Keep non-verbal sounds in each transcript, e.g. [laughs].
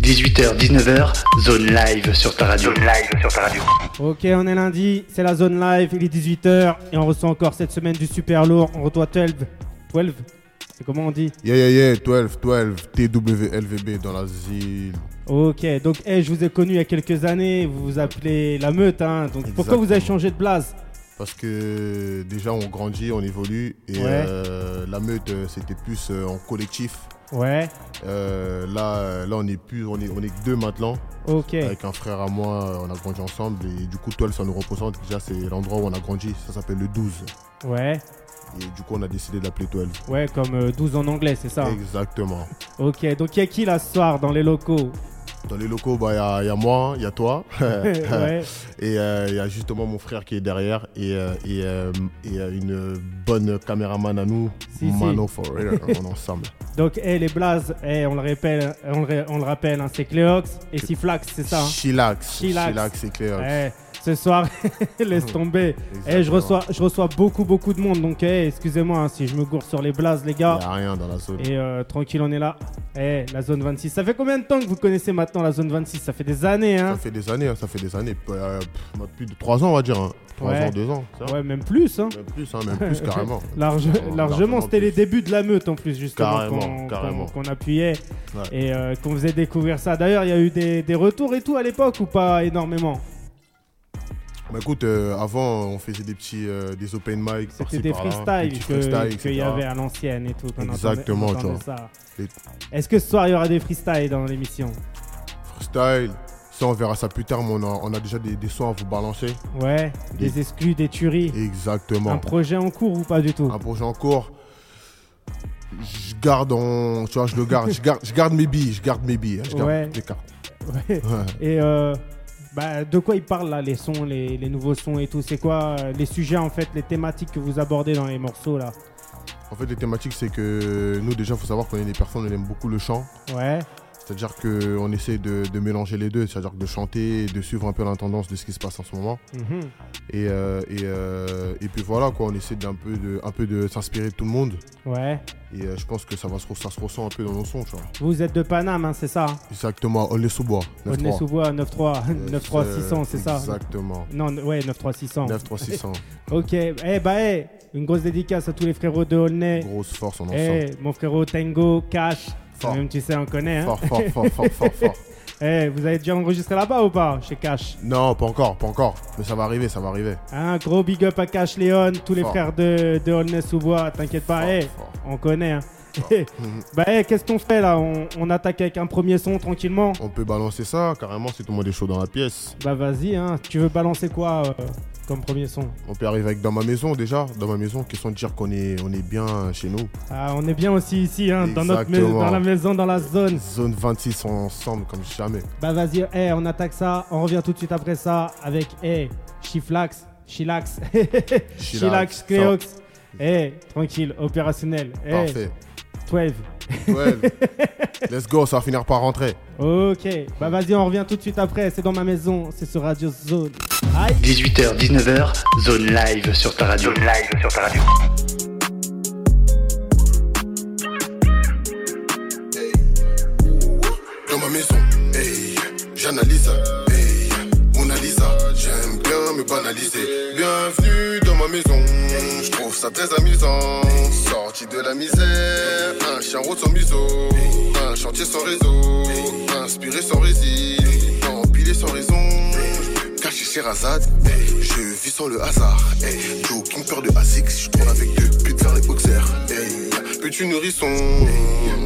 18h, 19h, zone live sur ta radio. Zone live sur ta radio. Ok, on est lundi, c'est la zone live, il est 18h et on reçoit encore cette semaine du super lourd. On reçoit 12. 12 C'est comment on dit Yeah, yeah, yeah, 12, 12, TWLVB dans la zile. Ok, donc eh, je vous ai connu il y a quelques années, vous vous appelez la meute, hein. Donc pourquoi vous avez Exactement. changé de place Parce que déjà, on grandit, on évolue. Et Ouais. euh, la meute, euh, c'était plus euh, en collectif. Ouais, Euh, là, euh, là, on est plus, on est, on est que deux maintenant. ok. Avec un frère à moi, euh, on a grandi ensemble. Et du coup, 12, ça nous représente. Déjà, c'est l'endroit où on a grandi. Ça s'appelle le 12. Ouais, Et du coup, on a décidé de l'appeler 12. ouais, comme euh, 12 en anglais, c'est ça Exactement. Ok, donc il y a qui là ce soir dans les locaux Dans les locaux, il bah, il y, a- il y a moi, il y a toi. [laughs] [laughs] Ouais, Et euh, il y a justement mon frère qui est derrière et, euh, et, euh, et, euh, une euh, bonne caméraman à nous, Si, [laughs] Mano Forever, on est ensemble. donc eh, les blazes, eh, on, le rappelle, on, le, ré- on le rappelle, hein, c'est Cléox et Siflax, c'est ça hein Chillax, Chillax. Chillax, c'est clair. Eh, ce soir, [laughs] [laughs] laisse tomber. Eh, je, Exactement. reçois, je reçois beaucoup, beaucoup de monde. Donc, eh, excusez-moi hein, si je me gourre sur les blazes, les Il gars. n'y a rien dans la zone. Et euh, tranquille, on est là. Eh, la zone 26. Ça fait combien de temps que vous connaissez maintenant la zone 26 Ça fait des années, hein Ça fait des années, hein, ça fait des années. Peu- euh, pff, moi, plus de 3 ans, on va dire. 3 Ouais. ans, 2 ans. ça. Ouais, même plus, hein Même plus, hein, même plus carrément. [laughs] Large- Largement largement, c'était les plus. débuts de la meute en plus, justement, Carrément, qu'on- qu'on carrément. qu'on appuyait Ouais. et euh, qu'on faisait découvrir ça. D'ailleurs, il y a eu des, des retours et tout à l'époque ou pas énormément Bah, écoute, euh, avant, on faisait des petits euh, des open mic. C'était des hein. freestyles que- qu'il y avait à l'ancienne et tout. qu'on entendait- Exactement, on entendait tu vois. ça. Et- Est-ce que ce soir, il y aura des freestyles dans l'émission Freestyle, ça, on verra ça plus tard, mais on a, on a déjà des, des sons à vous balancer. Ouais, Des- des exclus, des tueries Un Exactement. projet en cours ou pas du tout un projet en cours. Je garde en. Tu vois, je le garde. Je garde, je garde mes billes. Je garde mes billes. hein, Je garde Ouais. mes cartes. Ouais. Ouais. Et euh, bah, de quoi il parle là, les sons, les, les nouveaux sons et tout C'est quoi euh, les sujets en fait, les thématiques que vous abordez dans les morceaux là En fait, les thématiques, c'est que nous, déjà, faut savoir qu'on est des personnes, on aime beaucoup le chant. Ouais, C'est-à-dire qu'on essaie de, de mélanger les deux. C'est-à-dire de chanter et de suivre un peu la tendance de ce qui se passe en ce moment. Mhm. Et, euh, et, euh, et puis voilà, quoi. On essaie d'un peu de, un peu de s'inspirer de tout le monde. ouais. Et euh, je pense que ça, va se, re- ça se ressent un peu dans nos sons, tu vois. Vous êtes de Paname, hein, c'est ça Exactement. On les sous-bois. Aulnay sous bois [laughs] 9-3, 9-3-600, c'est ça Euh, Exactement. Non, n- ouais, 9-3-600. 93600. [laughs] Ok, eh bah, eh, une grosse dédicace à tous les frérots de Aulnay. Grosse force en Eh, ensemble. mon frérot Tango, Cash, Fort. même tu sais, on connaît. Hein. Fort, fort, fort, fort, fort, fort. [laughs] Eh, vous avez déjà enregistré là-bas ou pas Chez Cash Non, pas encore, pas encore. Mais ça va arriver, ça va arriver. Un gros big up à Cash Léon, tous les Fort. frères de, de Aulnay-sous-Bois, t'inquiète pas, Fort, eh, fort. on connaît. hein. [laughs] bah, eh, qu'est-ce qu'on fait là on, on attaque avec un premier son tranquillement On peut balancer ça carrément si tout le monde est chaud dans la pièce. Bah, vas-y, hein. tu veux balancer quoi euh, comme premier son On peut arriver avec dans ma maison déjà, dans ma maison, question de dire qu'on est, on est bien chez nous. Ah, on est bien aussi ici, hein, dans, notre mais- Exactement. dans la maison, dans la zone. Zone 26 ensemble comme [laughs] jamais. Bah vas-y, eh, on attaque ça, on revient tout de suite après ça avec eh, Chiflax, [laughs] Chilax, Chilax, Cléox. Eh, tranquille, opérationnel. Eh, Parfait. 12. 12. Let's go, ça va finir par rentrer. Ok, bah vas-y, on revient tout de suite après, c'est dans ma maison, c'est sur Radio Zone. Aïe 18h, 19h, zone live sur ta radio. Zone live sur ta radio. dans ma maison. Hey, j'analyse. Hey, Mona Lisa, j'aime bien me banaliser. Bienvenue dans ma maison, je trouve ça très amusant. Sorti de la misère, un chien route sans museau, un chantier sans réseau, inspiré sans résine, empilé sans raison. Caché chez Razad, je vis sans le hasard. Hey, Jogging peur de Asics, je tourne avec deux putes vers les boxers. Hey, pute du nourrisson,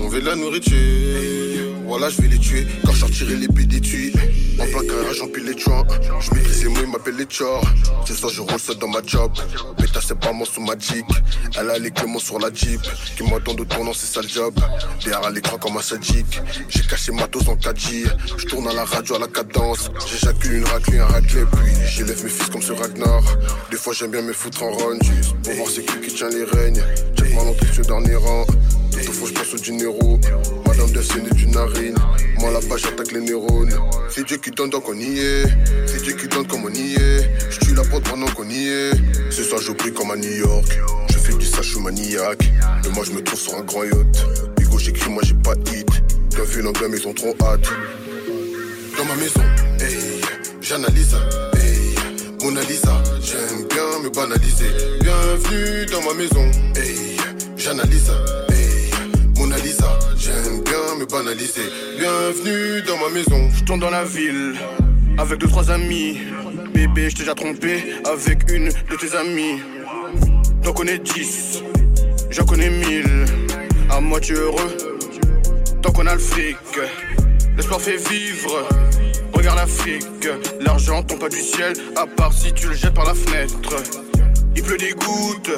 on veut de la nourriture. Voilà, je vais les tuer quand je sortirai l'épée des tuyaux. En plein carrage, j'empile les tuants. Je maîtrise les mots, ils m'appellent les chors. Ce soir, je roule seul dans ma job. Mais t'as c'est pas mon sous magic. Elle a les cléments sur la jeep. Qui m'attendent de tournant, c'est sale job. Derrière l'écran comme un sadique. J'ai caché ma dose en 4J. Je tourne à la radio à la cadence. J'éjacule une raclée, un raclé. Puis j'élève mes fils comme ce Ragnar. Des fois j'aime bien me foutre en run. Juste pour voir c'est qui qui tient les règnes. Check ma l'entrée sur le dernier rang. Tout au fond, je pense au dinero. Madame de scène d'une narine. Moi là-bas, j'attaque les neurones. C'est Dieu qui donne donc on y est. C'est Dieu qui donne comme on y est. Je tue la porte pendant qu'on y est. Ce soir, je prie comme à New York. Je fais du sachou maniaque. Demain, je me trouve sur un grand yacht. Hugo, j'écris, moi j'ai pas de hit. Bien vu, nos gommes, ils ont trop hâte. Dans ma maison, hey, j'analyse, hey, Mona Lisa. J'aime bien me banaliser. Bienvenue dans ma maison, hey, j'analyse, hey, Mona Lisa. J'aime bien me banaliser. Bienvenue dans ma maison. Je tourne dans la ville avec deux trois amis. Bébé, je t'ai déjà trompé avec une de tes amies. T'en connais dix, j'en connais mille. À moitié heureux, tant qu'on a le fric. L'espoir fait vivre. Regarde l'Afrique, l'argent tombe pas du ciel, à part si tu le jettes par la fenêtre. Il pleut des gouttes,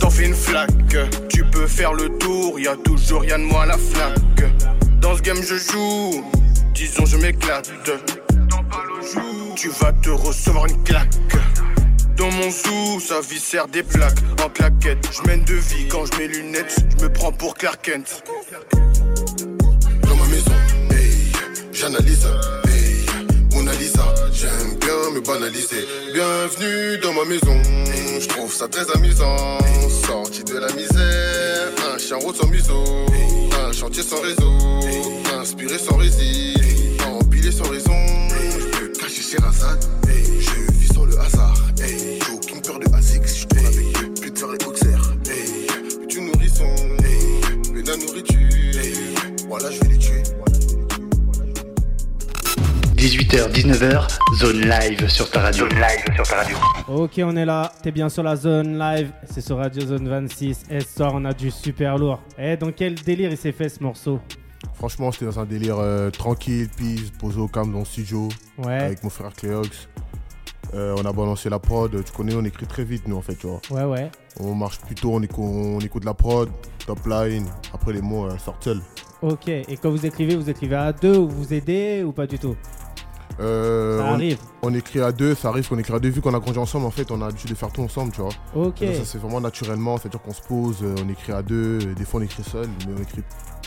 t'en fais une flaque. Tu peux faire le tour, y a toujours rien de moi à la flaque. Dans ce game, je joue, disons je m'éclate. Tu vas te recevoir une claque. Dans mon zoo, sa vie sert des plaques en claquette. Je mène de vie quand je mets lunettes, je me prends pour Clark Kent. dans ma maison. Hey, j'analyse, hey, Mona Lisa. J'aime bien me banaliser. Bienvenue dans ma maison. Je trouve ça très amusant. Sorti de la misère, un chien route sans museau, un chantier sans réseau, inspiré sans résine, empilé sans raison. Je peux cacher chez Razad. Hey, je vis sans le hasard. Hey, j'ai aucune peur de Asics. Je tourne avec deux putes vers les boxers. Hey, du nourrisson. Hey, mais de la nourriture. Hey, voilà, je vais les tuer. 18h, 19h, zone live sur ta radio. Zone live sur ta radio. Ok, on est là. T'es bien sur la zone live. C'est sur Radio Zone 26. Et ce soir, on a du super lourd. Eh, dans quel délire il s'est fait ce morceau Franchement, j'étais dans un délire euh, tranquille, peace, posé au calme dans le studio Ouais. avec mon frère Cléox. Euh, on a balancé la prod, tu connais, on écrit très vite nous en fait, tu vois. Ouais, ouais. On marche plutôt, on écoute, on écoute la prod, top line, après les mots, euh, sortent seuls. Ok. Et quand vous écrivez, vous écrivez à deux ou vous aidez ou pas du tout Euh, Ça on- arrive. On écrit à deux, ça arrive qu'on écrit à deux. Vu qu'on a grandi ensemble, en fait, on a l'habitude de faire tout ensemble, tu vois. Ok. Et donc, ça, c'est vraiment naturellement, c'est-à-dire qu'on se pose, euh, on écrit à deux. Des fois, on écrit seul, mais on écrit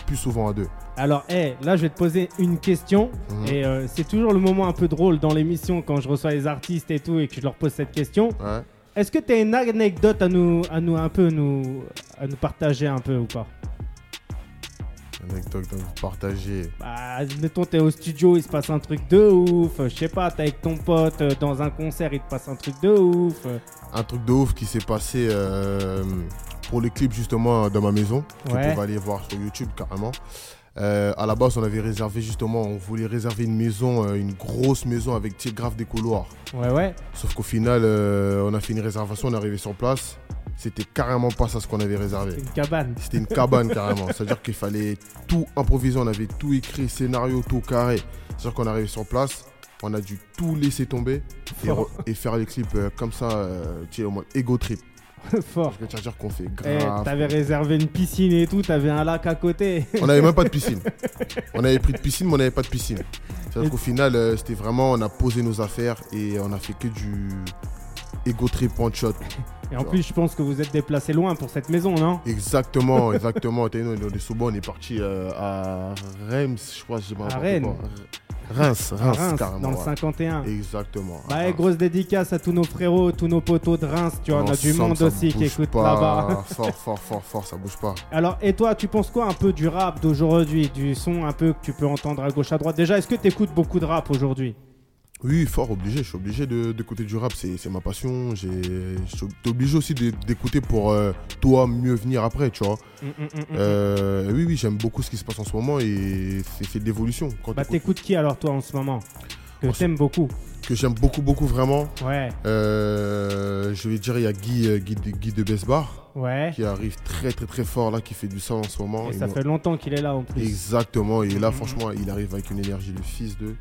plus souvent à deux. Alors, eh, là, je vais te poser une question. Mhm. Et euh, c'est toujours le moment un peu drôle dans l'émission quand je reçois les artistes et tout et que je leur pose cette question. Ouais. Est-ce que tu as une anecdote à nous, à nous, un peu, nous, à nous partager un peu ou pas Anecdote que vous partagez. Bah, mettons, t'es au studio, il se passe un truc de ouf. Je sais pas, t'es avec ton pote euh, dans un concert, il te passe un truc de ouf. Un truc de ouf qui s'est passé euh, pour le clip, justement, dans ma maison. Que Ouais. vous pouvez aller voir sur YouTube, carrément. Euh, à la base, on avait réservé, justement, on voulait réserver une maison, euh, une grosse maison avec, tu sais, grave des couloirs. Ouais, ouais. Sauf qu'au final, euh, on a fait une réservation, on est arrivé sur place. C'était carrément pas ça ce qu'on avait réservé. C'est une cabane. C'était une cabane [laughs] carrément. C'est-à-dire qu'il fallait tout improviser. On avait tout écrit, scénario, tout carré. C'est-à-dire qu'on arrive sur place, on a dû tout laisser tomber et, Fort. re- et faire les clips euh, comme ça, euh, tu sais, au mode ego trip. [laughs] Fort. Je veux dire qu'on fait Eh, grave. t'avais réservé une piscine et tout, t'avais un lac à côté. on n'avait même pas de piscine. On avait pris de piscine, mais on n'avait pas de piscine. C'est-à-dire qu'au final, euh, c'était vraiment, on a posé nos affaires et on a fait que du ego trip one shot. [laughs] Et en plus, je pense que vous êtes déplacé loin pour cette maison, non [laughs] Exactement, exactement. T'as vu, nous, on est souvent, on est parti euh, à Reims, je crois, j'ai pas À n'importe Rennes. quoi. Reims, Reims, À Reims, carrément. dans le ouais. 51. Exactement. Bah, à eh, Reims. grosse dédicace à tous nos frérots, tous nos potos de Reims, tu vois, on a du Ensemble, monde Oh, ça aussi qui bouge écoute pas. là-bas. [laughs] [laughs] Fort, fort, fort, fort, ça bouge pas. Alors, et toi, tu penses quoi un peu du rap d'aujourd'hui, du son un peu que tu peux entendre à gauche, à droite Déjà, est-ce que t'écoutes beaucoup de rap aujourd'hui Oui, fort obligé. Je suis obligé de- d'écouter du rap, c'est c'est ma passion. J'ai- Je suis obligé aussi de- d'écouter pour euh, toi mieux venir après, tu vois. Mm, mm, mm, mm. Euh, oui, oui, j'aime beaucoup ce qui se passe en ce moment et c'est- c'est de l'évolution. Quand Bah, t'écoutes- t'écoutes qui alors, toi, en ce moment Que En ce- t'aimes beaucoup. que j'aime beaucoup, beaucoup vraiment. Ouais, Euh, je vais dire, il y a Guy, euh, Guy, de- Guy de Besbar ouais. qui arrive très très très fort là, qui fait du sang en ce moment. Et Il ça me- fait longtemps qu'il est là en plus. Exactement, et là Mhm. franchement, il arrive avec une énergie de fils de.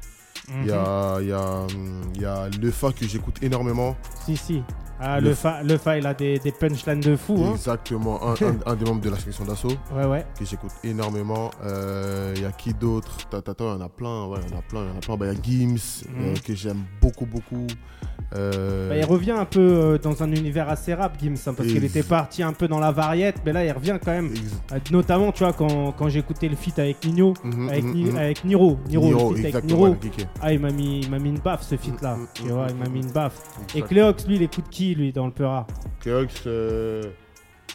Mhm. Il y a, il y, a, hum, il y a Lefa que j'écoute énormément. Si, si. Ah, Le- le, fa... le fa, il a des, des punchlines de fou, hein Exactement, un, un- un des membres de la section d'assaut Ouais, ouais. que j'écoute énormément. Euh, Il y a qui d'autre Ta- ta- ta, Il y en a plein, ouais, il y en a plein, il y en a plein. Bah, Il y a Gims Mhm. euh, que j'aime beaucoup, beaucoup. Euh, Bah, il revient un peu euh, dans un univers assez rap, Gims, hein, parce Et- qu'il était parti un peu dans la variette, mais là, il revient quand même. ex- Euh, Notamment, tu vois, quand, quand j'écoutais le feat avec Nino, Mhm, avec, mhm, Ni- mhm. avec Niro, Niro, le feat avec exactement. Niro. ouais, Kiki. Ah, il m'a mis, il m'a mis une baffe ce feat là. Mhm, tu mhm, vois, il mhm, m'a mis une baffe. Et Exact. Cléox, lui, il écoute qui, lui, dans le Peura Keox, euh,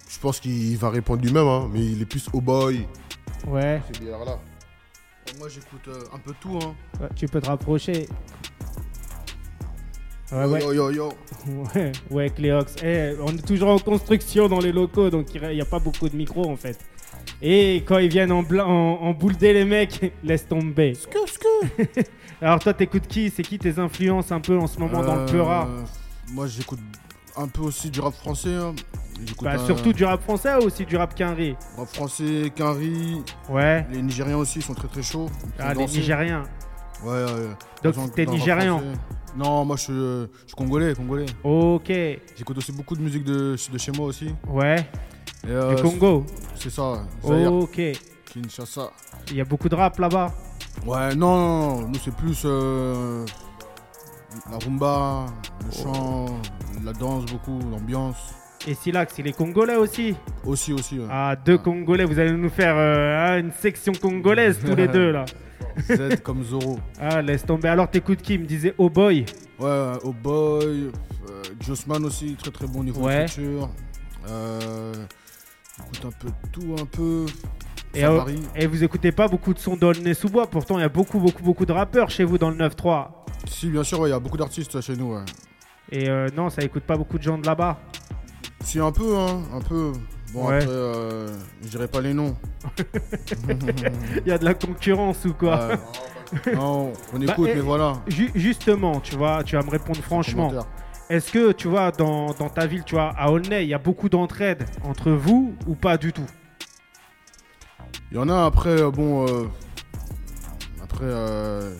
je pense qu'il va répondre lui-même, hein, mais il est plus au boy. Ouais. Ces délires-là. Moi j'écoute euh, un peu tout hein. Ouais, tu peux te rapprocher. Ouais, Yo, ouais. Yo yo yo. Ouais, ouais, Cléox. Eh, on est toujours en construction dans les locaux, donc il n'y a pas beaucoup de micros en fait. Et quand ils viennent en, bla- en, en boule dé, les mecs, [laughs] laisse tomber. [laughs] Alors toi, t'écoutes qui C'est qui tes influences un peu en ce moment dans le Euh, peu rare Moi j'écoute un peu aussi du rap français. hein. J'écoute Bah, euh, Surtout du rap français ou aussi du rap quinri rap français, Quinry. Ouais. Les Nigériens aussi ils sont très très chauds. Ils Ah, sont les dansés. Nigériens. Ouais, ouais. Donc, Dans- t'es dans le rap Nigérian. français. Non, moi je suis, euh, je suis congolais, congolais. Ok. J'écoute aussi beaucoup de musique de, de chez moi aussi. Ouais. Et, euh, le Congo. C'est ça, Zaire, Ok. Il Kinshasa. y a beaucoup de rap là-bas. Ouais, non, non, non, nous c'est plus euh, la rumba, le Oh. chant, la danse beaucoup, [laughs] l'ambiance. Et Silax, il est congolais aussi. Aussi, aussi. ouais. Ah, deux Congolais, vous allez nous faire euh, hein, une section congolaise tous les deux là. [laughs] Z comme Zoro. Ah, laisse tomber. Alors, t'écoutes qui Il me disait Oh Boy. Ouais, ouais, Oh Boy, euh, Jossman aussi, très très bon niveau Ouais. de structure. Euh, J'écoute un peu de tout, un peu. Et, ça euh, varie. et vous écoutez pas beaucoup de sons nez sous bois. Pourtant, il y a beaucoup, beaucoup, beaucoup de rappeurs chez vous dans le 9-3. Si, bien sûr, ouais, il y a beaucoup d'artistes chez nous. Ouais. Et euh, non, ça écoute pas beaucoup de gens de là-bas. Si, un peu, hein, un peu. Bon, Ouais. après, euh, je dirais pas les noms. Il y a de la concurrence ou quoi Ouais. non, on écoute, eh, mais voilà. Ju- Justement, tu vois, tu vas me répondre franchement. Commentaire. Est-ce que, tu vois, dans, dans ta ville, tu vois, à Aulnay, il y a beaucoup d'entraide entre vous ou pas du tout Il y en a après, euh, bon. euh, après, euh,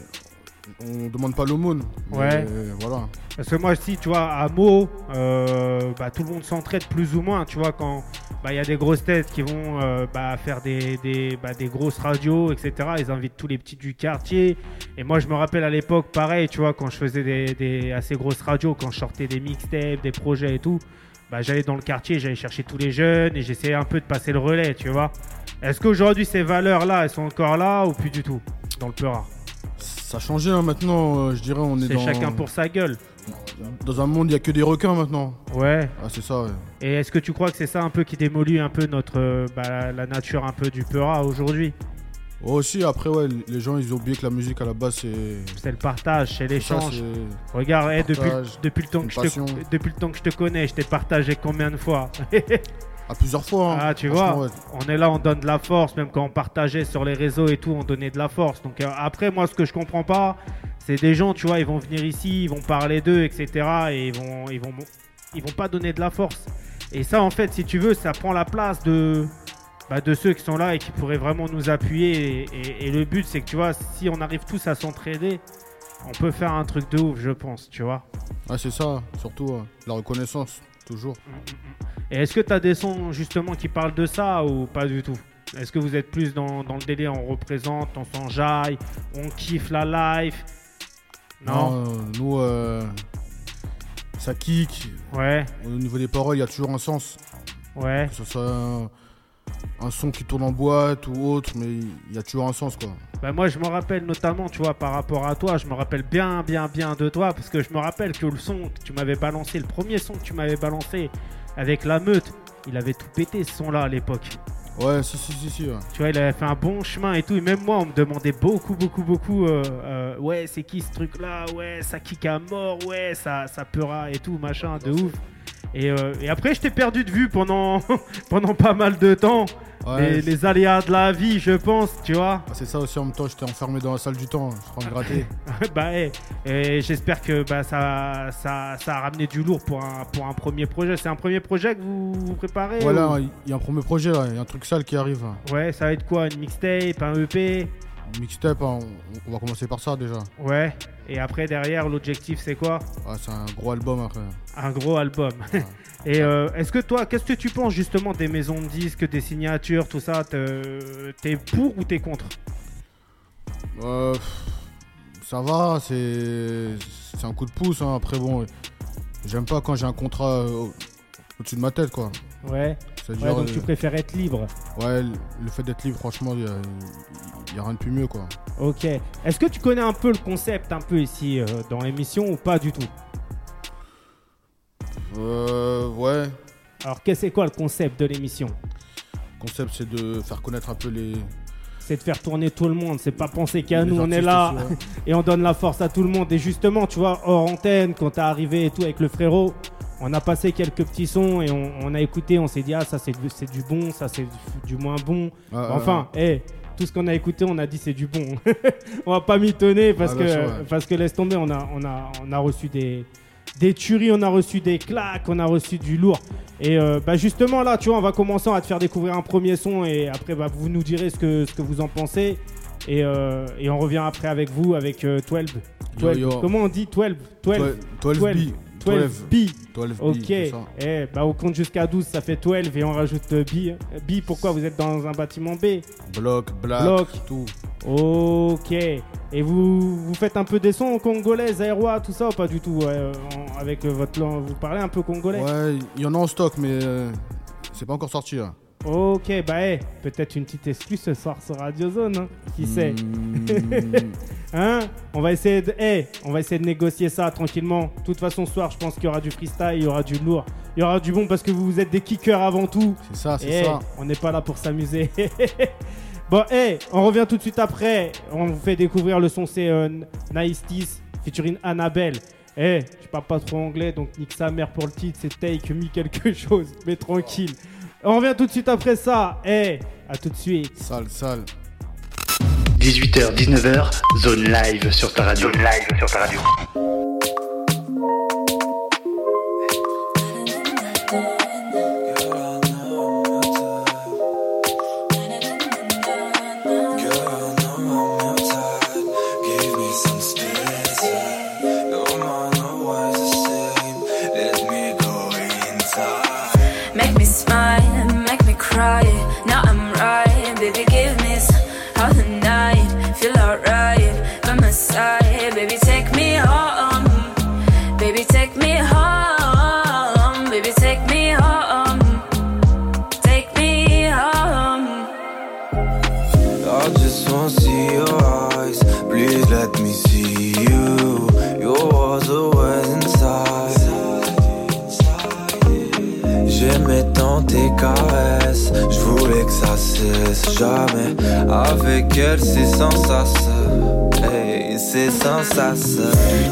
on demande pas l'aumône. mais Ouais. Voilà. Parce que moi aussi, tu vois, à Meaux, euh, bah, tout le monde s'entraide plus ou moins. Tu vois, quand bah, il y a des grosses têtes qui vont euh, bah, faire des, des, bah, des grosses radios, etc., ils invitent tous les petits du quartier. Et moi, je me rappelle à l'époque, pareil, tu vois, quand je faisais des, des assez grosses radios, quand je sortais des mixtapes, des projets et tout, bah, j'allais dans le quartier, j'allais chercher tous les jeunes et j'essayais un peu de passer le relais, tu vois. Est-ce qu'aujourd'hui, ces valeurs-là, elles sont encore là ou plus du tout Dans le peu rare. Ça a changé hein, maintenant, euh, je dirais, on est, C'est dans, chacun pour sa gueule. dans un monde, il y a que des requins maintenant. Ouais. Ah, c'est ça, ouais. Et est-ce que tu crois que c'est ça un peu qui démolit un peu notre euh, bah, la- la nature un peu du Peura aujourd'hui Aussi, Oh, après, ouais, les gens, ils ont oublié que la musique à la base, c'est. C'est le partage, c'est ça, l'échange. c'est- Regarde, eh, depuis, partage, depuis, le temps que je te, passion. depuis le temps que je te connais, je t'ai partagé combien de fois [laughs] À plusieurs fois. hein. Ah, tu Franchement, vois, ouais. on est là, on donne de la force, même quand on partageait sur les réseaux et tout, on donnait de la force. Donc euh, après, moi, ce que je comprends pas, c'est des gens, tu vois, ils vont venir ici, ils vont parler d'eux, etc. Et ils vont, ils vont, ils vont pas donner de la force. Et ça, en fait, si tu veux, ça prend la place de, bah, de ceux qui sont là et qui pourraient vraiment nous appuyer. Et, et- et le but, c'est que tu vois, si on arrive tous à s'entraider, on peut faire un truc de ouf, je pense, tu vois. Ah, c'est ça, surtout, ouais. la reconnaissance, toujours. Et est-ce que tu as des sons justement qui parlent de ça ou pas du tout Est-ce que vous êtes plus dans, dans le délire on représente, on s'enjaille, on kiffe la life Non, euh, nous, euh, ça kick. Ouais, Au niveau des paroles, il y a toujours un sens. ouais. Que ce soit un, un son qui tourne en boîte ou autre, mais il y a toujours un sens, quoi. Bah moi je me rappelle notamment, tu vois, par rapport à toi, je me rappelle bien, bien, bien de toi parce que je me rappelle que le son que tu m'avais balancé, le premier son que tu m'avais balancé avec la meute, il avait tout pété ce son-là à l'époque. Ouais, si, si, si, si. ouais. Tu vois, il avait fait un bon chemin et tout. Et même moi, on me demandait beaucoup, beaucoup, beaucoup. euh, euh, ouais, c'est qui ce truc-là Ouais, ça kick à mort. Ouais, ça, ça peura et tout, machin, de ouf. Et, euh, et après, je t'ai perdu de vue pendant, [laughs] pendant pas mal de temps. Ouais, les, je- les aléas de la vie, je pense, tu vois. Ah, c'est ça aussi, en même temps, j'étais enfermé dans la salle du temps, hein, je suis en train de gratter. [laughs] bah, hey, et j'espère que bah, ça, ça, ça a ramené du lourd pour un, pour un premier projet. C'est un premier projet que vous, vous préparez voilà, il y a un premier projet, là, il y a un truc sale qui arrive. ou- Ouais, ça va être quoi Une mixtape, un E EP Mixtape, hein, on, on va commencer par ça déjà. Ouais. Et après, derrière, l'objectif, c'est quoi Ah, c'est un gros album après. Un gros album. [laughs] Et euh, est-ce que toi, qu'est-ce que tu penses justement des maisons de disques, des signatures, tout ça Te- T'es pour ou t'es contre Euh, pff, ça va, c'est c'est un coup de pouce. hein. Après, bon, j'aime pas quand j'ai un contrat euh, au- au-dessus de ma tête, quoi. Ouais, C'est-à-dire, euh, ouais, préfères être libre. le- le fait d'être libre, franchement, il y, a- y a rien de plus mieux, quoi. Ok. Est-ce que tu connais un peu le concept, un peu ici, euh, dans l'émission ou pas du tout Euh, ouais, Alors, qu'est-ce que c'est quoi le concept de l'émission concept, c'est de faire connaître un peu les, c'est de faire tourner tout le monde. C'est pas penser qu'à Les nous, on est artistes là aussi, ouais. [laughs] et on donne la force à tout le monde. Et justement, tu vois, hors antenne, quand t'es arrivé et tout avec le frérot, on a passé quelques petits sons et on, on a écouté. On s'est dit, ah, ça c'est du- c'est du bon, ça c'est du- du moins bon. Ah, enfin, hey, tout ce qu'on a écouté, on a dit c'est du bon. [laughs] on va pas mitonner parce, Ah, que, bien sûr, ouais. parce que laisse tomber, on a, on a, on a reçu des, des tueries, on a reçu des claques, on a reçu du lourd. Et euh, bah justement, là, tu vois, on va commencer à te faire découvrir un premier son et après, bah, vous nous direz ce que, ce que vous en pensez. Et, euh, et on revient après avec vous, avec euh, 12. Yo, 12. yo. Comment on dit 12 12 12, 12B. 12. 12B. 12B. Ok, c'est ça. eh, bah, on compte jusqu'à 12, ça fait 12 et on rajoute euh, B. Euh, B, pourquoi vous êtes dans un bâtiment B Bloc, black, Bloc. tout. Ok. Et vous, vous faites un peu des sons congolais, aérois, tout ça ou pas du tout ouais, euh, en- Avec euh, votre langue, vous parlez un peu congolais Ouais, il y en a en stock, mais euh, c'est pas encore sorti. Là. Ok, bah eh, peut-être une petite excuse ce soir sur Radio Zone, hein, Hmm. qui sait [laughs] Mmh. Hein On va essayer de, eh, on va essayer de négocier ça tranquillement. De toute façon, ce soir, je pense qu'il y aura du freestyle, il y aura du lourd, il y aura du bon parce que vous êtes des kickers avant tout. c'est Ah, ça, c'est Eh, ça. On n'est pas là pour s'amuser. [laughs] bon, eh, on revient tout de suite après. On vous fait découvrir le son, c'est euh, Nice Tease featuring Annabelle. Eh, je parle pas trop anglais, donc nique sa mère pour le titre, c'est Take Me quelque [laughs] chose, mais tranquille. On revient tout de suite après ça. Eh, à tout de suite. Sale, sale. 18h, 19h, zone live sur ta radio. Zone live sur ta radio. Make me smile, make me cry. Now I'm right, baby. Give me some all the night. Feel alright by my side, baby. Take me home, baby. Take me home, baby. Take me home, take me home. I just wanna see your eyes. Please let me see you. Your walls are wet inside. J'aimais tant tes caresses. Je voulais que ça cesse jamais. Avec elle, c'est sans sas. Hey, c'est sans sas.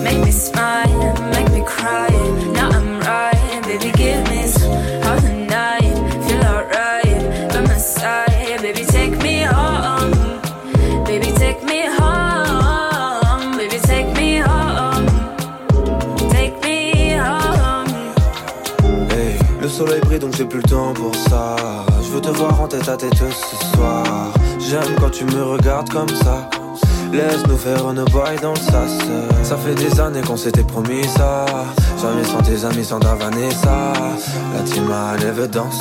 Make me smile, make me cry. Now I'm right, baby. Give me some all the night. Feel alright by my side, baby. Take me home, baby. Take me home, baby. Take me home, take me home. Hey, le soleil brille donc j'ai plus le temps pour ça. Je veux te voir en tête à tête ce soir. J'aime quand tu me regardes comme ça. Laisse-nous faire un bail dans le sas. Ça fait des années qu'on s'était promis ça. Jamais sans tes amis, sans ta Vanessa. La team elle veut danser.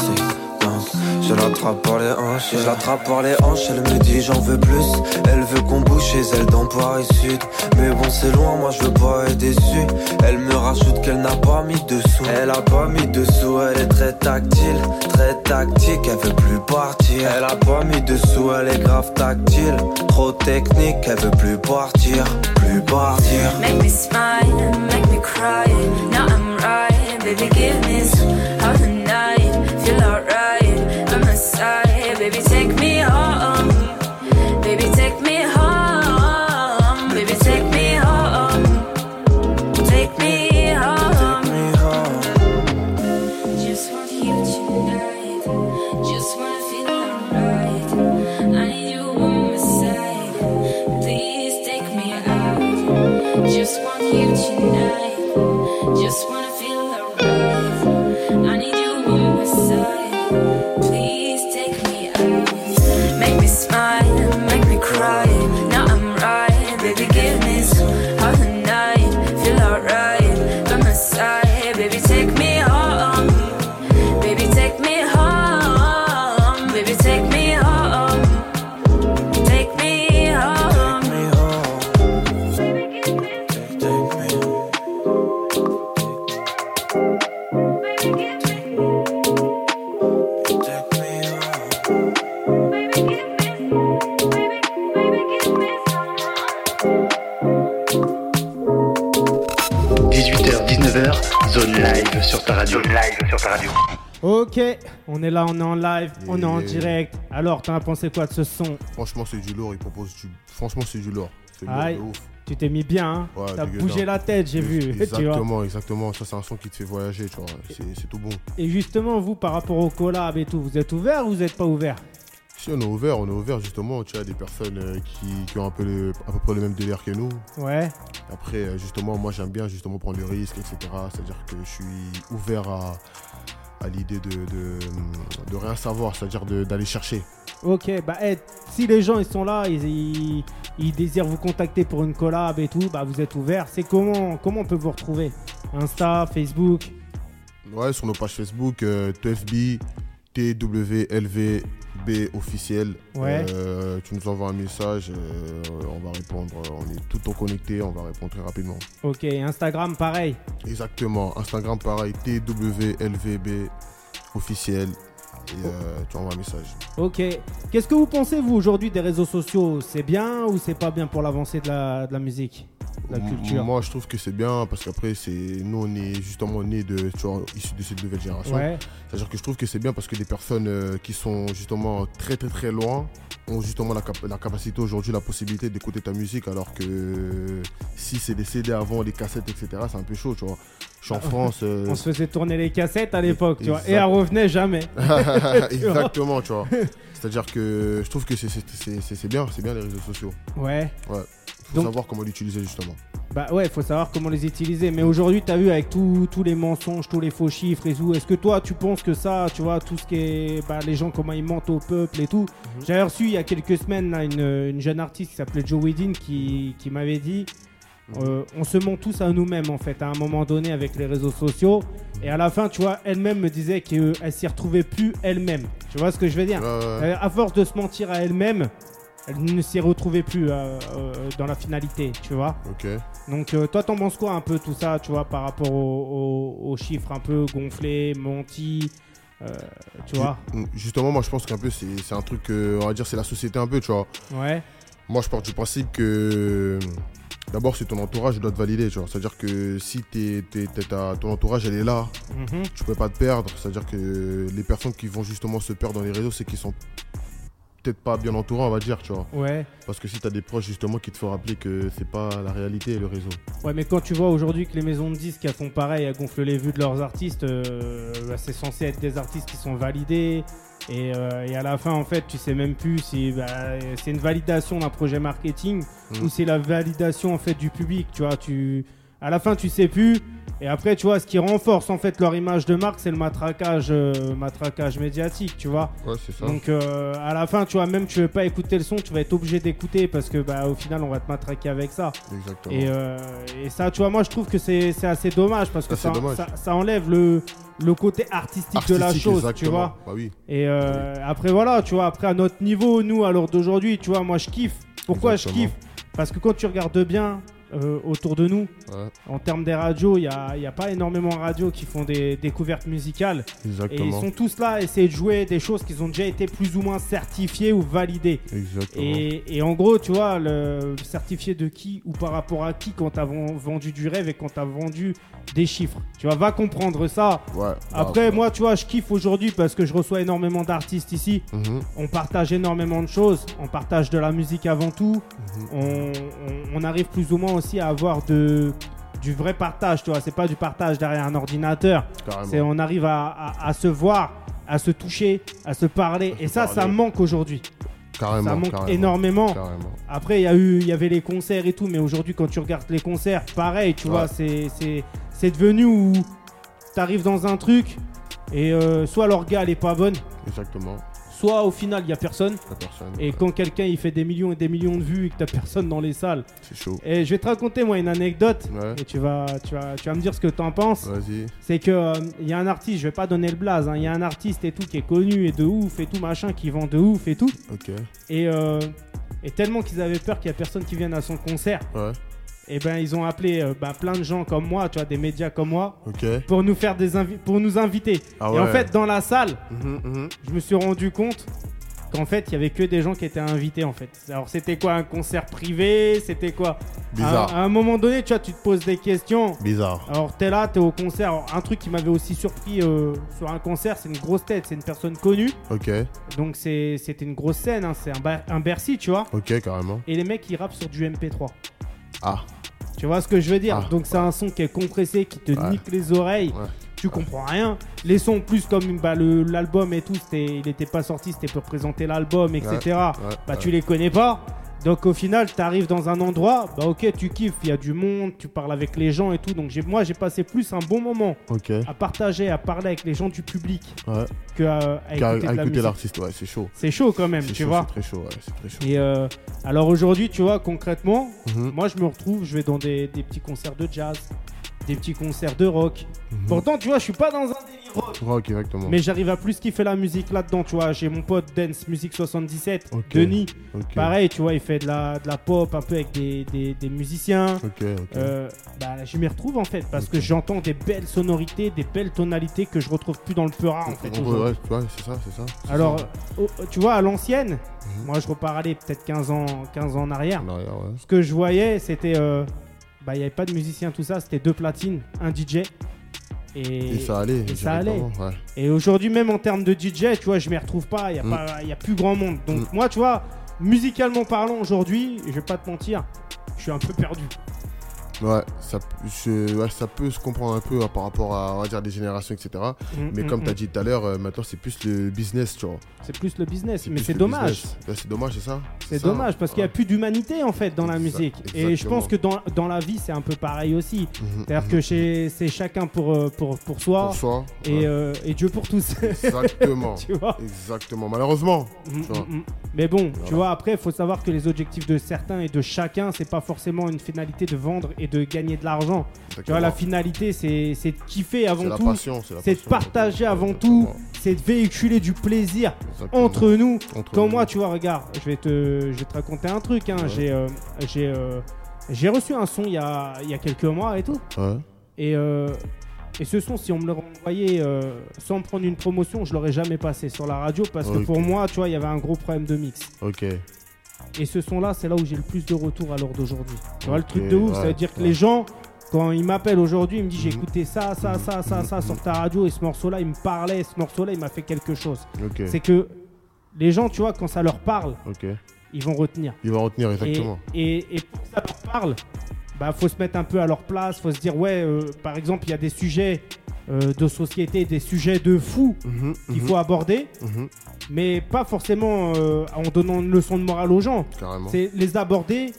danse. Je l'attrape par les hanches, et je l'attrape par les hanches, elle me dit j'en veux plus. Elle veut qu'on bouge chez elle dans Paris Sud. Mais bon, c'est loin, moi je veux pas être déçu. Elle me rajoute qu'elle n'a pas mis dessous. Elle a pas mis dessous, elle est très tactile, très tactique, elle veut plus partir. Elle a pas mis dessous, elle est grave tactile, trop technique, elle veut plus partir, plus partir. Make me smile, make me cry. Now I'm right, baby. Give me some all the night. Feel alright by my side, baby. Take me home, baby. Take me home, baby. Take me home, take me home. Me home. Just want you tonight. Just wanna feel alright. I need you on my side. Please take me out. Just want you tonight. Just wanna feel alright. I need you on my side. Please take me out. Make me smile, make me cry. Now I'm right, baby. Give me some all the night. Feel alright by my side, baby. Take me home. Baby, take me home. Baby, take me home. Take me home. me home. Take, take me home. Take, take me home. heures, 19h, zone live sur ta radio. Zone live sur ta radio. Ok, on est là, on est en live, on est en Yeah. direct. Alors, t'en as pensé quoi de ce son Franchement, c'est du lourd. Il propose du. Franchement, c'est du lourd. C'est lourd Aïe. de ouf. Tu t'es mis bien, hein Ouais, T'as dégueulasse. bougé la tête, j'ai vu. [laughs] tu vois. Exactement, exactement. Ça, c'est un son qui te fait voyager, tu vois. C'est c'est tout bon. Et justement, vous, par rapport au collab et tout, vous êtes ouvert ou vous n'êtes pas ouvert Si on est ouvert, on est ouvert justement, tu as des personnes euh, qui, qui ont un peu le, à peu près le même délire que nous. Ouais. Après, euh, justement, moi j'aime bien justement prendre le risque, etc. C'est-à-dire que je suis ouvert à, à l'idée de, de, de rien savoir, c'est-à-dire de- d'aller chercher. Ok, bah eh, si les gens ils sont là, ils, ils, ils désirent vous contacter pour une collab et tout, bah vous êtes ouvert. C'est comment comment on peut vous retrouver Insta, Facebook. Ouais, sur nos pages Facebook, euh, TFB, TWLVB officiel. Ouais. Euh, tu nous envoies un message, euh, on va répondre. On est tout le temps connecté, on va répondre très rapidement. Ok, Instagram pareil. Exactement. Instagram, pareil, TWLVB officiel. Et euh, tu envoies un message. Ok. Qu'est-ce que vous pensez vous aujourd'hui des réseaux sociaux C'est bien ou c'est pas bien pour l'avancée de la, de la musique, de la M- culture Moi, je trouve que c'est bien parce qu'après, c'est nous, on est justement nés de, tu vois, issus de cette nouvelle génération. Ouais. C'est-à-dire que je trouve que c'est bien parce que des personnes euh, qui sont justement très, très, très loin ont justement la, cap- la capacité aujourd'hui, la possibilité d'écouter ta musique. Alors que euh, si c'est des CD avant, des cassettes, etc., c'est un peu chaud, tu vois. Je suis en France. euh, Ah, On se faisait tourner les cassettes à l'époque, tu vois, et Exact. elle revenait [laughs] jamais. [laughs] Exactement, tu vois. C'est-à-dire que je trouve que c'est- c'est c'est- c'est- c'est bien, c'est bien les réseaux sociaux. Ouais. Ouais. Faut Donc- savoir comment l'utiliser justement. Bah ouais, faut savoir comment les utiliser. Mais aujourd'hui, t'as vu avec tout- tous les mensonges, tous les faux chiffres et tout. Est-ce que toi, tu penses que ça, tu vois, tout ce qui est, bah, les gens comment ils mentent au peuple et tout. Mhm. J'avais reçu il y a quelques semaines là, une, une jeune artiste qui s'appelait Joe Wedding qui, qui m'avait dit. Mhm. euh, on se ment tous à nous-mêmes en fait à un moment donné avec les réseaux sociaux et à la fin tu vois elle-même me disait qu'elle s'y retrouvait plus elle-même tu vois ce que je veux dire Ouais, ouais, ouais. euh, à force de se mentir à elle-même, elle ne s'y retrouvait plus euh, euh, dans la finalité, tu vois. Ok. Donc euh, toi, t'en penses quoi un peu tout ça, tu vois, par rapport au- au- aux chiffres un peu gonflés, mentis, euh, tu vois Ju- Justement, moi je pense qu'un peu c'est c'est un truc, euh, on va dire, c'est la société un peu, tu vois. Ouais, Moi je pars du principe que euh, d'abord c'est ton entourage qui doit te valider, tu vois. C'est-à-dire que si t'es- t'es- t'es- ta- ton entourage elle est là, Mhm. tu peux pas te perdre. C'est-à-dire que les personnes qui vont justement se perdre dans les réseaux, c'est qu'ils sont peut-être pas bien entourés, on va dire, tu vois. ouais. Parce que si t'as des proches justement qui te font rappeler que c'est pas la réalité le réseau. Ouais, mais quand tu vois aujourd'hui que les maisons de disques elles font pareil, elles gonflent les vues de leurs artistes, euh, bah, c'est censé être des artistes qui sont validés. Et, euh, et à la fin, en fait, tu sais même plus si bah, c'est une validation d'un projet marketing Mhm. ou c'est la validation en fait du public. Tu vois, tu à la fin, tu sais plus. Et après, tu vois, ce qui renforce en fait leur image de marque, c'est le matraquage, euh, matraquage médiatique, tu vois. Ouais, c'est ça. Donc euh, à la fin, tu vois, même tu veux pas écouter le son, tu vas être obligé d'écouter parce que bah au final, on va te matraquer avec ça. Exactement. Et, euh, et ça, tu vois, moi je trouve que c'est c'est assez dommage parce que Ah, c'est ça, dommage. ça- ça enlève le, le côté artistique, de la Artistique, chose, tu exactement. vois. Bah oui. Et euh, après, voilà, tu vois, après à notre niveau, nous, à l'heure d'aujourd'hui, tu vois, moi je kiffe. Pourquoi je Exactement. kiffe Parce que quand tu regardes bien euh, autour de nous, Ouais, en termes des radios, il n'y a, il y a pas énormément de radios qui font des découvertes musicales. Et ils exactement. sont tous là à essayer de jouer des choses qu'ils ont déjà été plus ou moins certifiées ou validées. Exactement. Et, et en gros, tu vois, le certifié de qui ou par rapport à qui quand t'as ven- vendu du rêve et quand t'as vendu des chiffres. Tu vois, va comprendre ça. Ouais. Après, bah, moi, tu vois, je kiffe aujourd'hui parce que je reçois énormément d'artistes ici. mhm. On partage énormément de choses. On partage de la musique avant tout. Mhm. on, on- on arrive plus ou moins aussi à avoir de, du vrai partage, tu vois. C'est pas du partage derrière un ordinateur. Carrément. C'est on arrive à, à- à se voir, à se toucher, à se parler. Et ça, ça parler. manque aujourd'hui. Carrément, Ça manque carrément. énormément. Carrément. Après, il y a eu, il y avait les concerts et tout, mais aujourd'hui, quand tu regardes les concerts, pareil, tu Ouais. vois, c'est, c'est, c'est devenu où t'arrives dans un truc et euh, soit l'orga elle est pas bonne, Exactement. soit au final il y a personne. La personne. Et quand quelqu'un il fait des millions et des millions de vues et que t'as personne dans les salles, C'est chaud. et je vais te raconter moi une anecdote. Ouais. Et tu vas, tu vas, tu vas me dire ce que t'en penses. Vas-y. C'est que euh, il y a un artiste, je vais pas donner le blaze, hein, il y a un artiste et tout qui est connu et de ouf et tout machin qui vend de ouf et tout. Ok. Et, euh, et tellement qu'ils avaient peur qu'il y a personne qui vienne à son concert. Ouais. Et ben ils ont appelé euh, ben, plein de gens comme moi, tu vois, des médias comme moi, Ok. pour nous faire des invi- pour nous inviter. Ah Et en ouais. fait, dans la salle, Mhm, mhm. je me suis rendu compte qu'en fait, il y avait que des gens qui étaient invités en fait. Alors c'était quoi un concert privé C'était quoi Bizarre. À, à un moment donné, tu vois, tu te poses des questions. Bizarre. Alors t'es là, t'es au concert. Alors, un truc qui m'avait aussi surpris euh, sur un concert, c'est une grosse tête, c'est une personne connue. Ok, Donc c'est- c'était une grosse scène, hein, c'est un, ba- un Bercy, tu vois. ok, carrément. Et les mecs ils rappent sur du MP3. Ah, Tu vois ce que je veux dire Ah. Donc c'est un son qui est compressé, qui te Ouais. nique les oreilles. Ouais. Tu comprends rien. Les sons plus comme bah, le- l'album et tout, c'était- il n'était pas sorti, c'était pour présenter l'album, etc. ouais, bah tu les connais pas. Donc au final, tu arrives dans un endroit, bah ok, tu kiffes, il y a du monde, tu parles avec les gens et tout. Donc j'ai- moi j'ai passé plus un bon moment ok. à partager, à parler avec les gens du public Ouais. que euh, à, Car- écouter de à la écouter musique. l'artiste, ouais, c'est chaud. C'est chaud quand même, C'est tu chaud, vois. C'est très chaud, ouais, c'est très chaud. Et euh, alors aujourd'hui, tu vois, concrètement, Mhm. moi je me retrouve, je vais dans des, des petits concerts de jazz, des petits concerts de rock. Mhm. Pourtant, tu vois, je suis pas dans un délire rock. Rock, exactement. Mais j'arrive à plus kiffer la musique là-dedans, tu vois. J'ai mon pote Dance Music 77, Ok. Denis. Ok, Pareil, tu vois, il fait de la, de la pop un peu avec des, des- des musiciens. Ok, ok. Euh, bah, je m'y retrouve en fait, parce que j'entends des belles sonorités, des belles tonalités que je retrouve plus dans le peu rare en fait. On- on- aujourd'hui. ouais, tu vois, c'est ça, c'est ça. c'est Alors, ça. oh, tu vois, à l'ancienne, moi je repars aller peut-être 15 ans, 15 ans en arrière. Mhm. En arrière, ouais. Ce que je voyais, c'était. euh, bah, il n'y avait pas de musicien, tout ça, c'était deux platines, un DJ. Et, Et ça allait. et ça allait. directement, ouais. et aujourd'hui, même en termes de DJ, tu vois, je m'y retrouve pas, il n'y a, Mm. pas- y a plus grand monde. Donc, Mm. moi, tu vois, musicalement parlant, aujourd'hui, je vais pas te mentir, je suis un peu perdu. Ouais, ça, je- ouais, ça peut se comprendre un peu hein, par rapport à on va dire, des générations, etc. Mm, Mais comme tu as dit tout à l'heure, euh, maintenant c'est plus le business, tu vois. C'est plus le business, mais plus c'est le dommage. business. Ouais, c'est dommage, c'est ça C'est ça dommage [laughs] parce qu'il n'y a Ouais. plus d'humanité en fait dans la Exact- musique. Et je pense que dans, dans la vie, c'est un peu pareil aussi. Mhm, C'est-à-dire que chez- c'est chacun pour, euh, pour, pour soi Pour soi. et, ouais. euh, et Dieu pour tous. [laughs] Exactement. tu vois Exactement. Malheureusement. Mm, vois. mm, mm. Mais bon, tu Voilà. vois, après, il faut savoir que les objectifs de certains et de chacun, c'est pas forcément une finalité de vendre et de gagner de l'argent. Tu vois, la finalité, c'est c'est de kiffer c'est avant la tout, passion. C'est la c'est de passion, partager exactement. avant tout, c'est de véhiculer du plaisir Exactement. entre nous. Entre Quand nous. moi, tu vois, regarde, je vais te, je vais te raconter un truc. hein. Ouais. J'ai euh, j'ai euh, j'ai reçu un son il y a, il y a quelques mois et tout. Ouais. Et, euh, et ce son, si on me le renvoyait euh, sans me prendre une promotion, je l'aurais jamais passé sur la radio parce que Ok. pour moi, tu vois, il y avait un gros problème de mix. Ok. Et ce son-là, c'est là où j'ai le plus de retours à l'heure d'aujourd'hui. Tu vois, le Ok, truc de ouf, ouais, ça veut dire que ouais. les gens, quand ils m'appellent aujourd'hui, ils me disent j'ai Mhm. écouté ça, ça, ça, ça, ça sur ta radio et ce morceau-là, il me parlait, ce morceau-là, il m'a fait quelque chose. Ok. C'est que les gens, tu vois, quand ça leur parle, Ok. ils vont retenir. Il va retenir Et- exactement. Et, et pour que ça leur parle, bah faut se mettre un peu à leur place, faut se dire ouais, euh, par exemple, il y a des sujets euh, de société, des sujets de fous Mhm, qu'il mhm, faut aborder, mhm, mais pas forcément euh, en donnant une leçon de morale aux gens. Carrément. C'est les aborder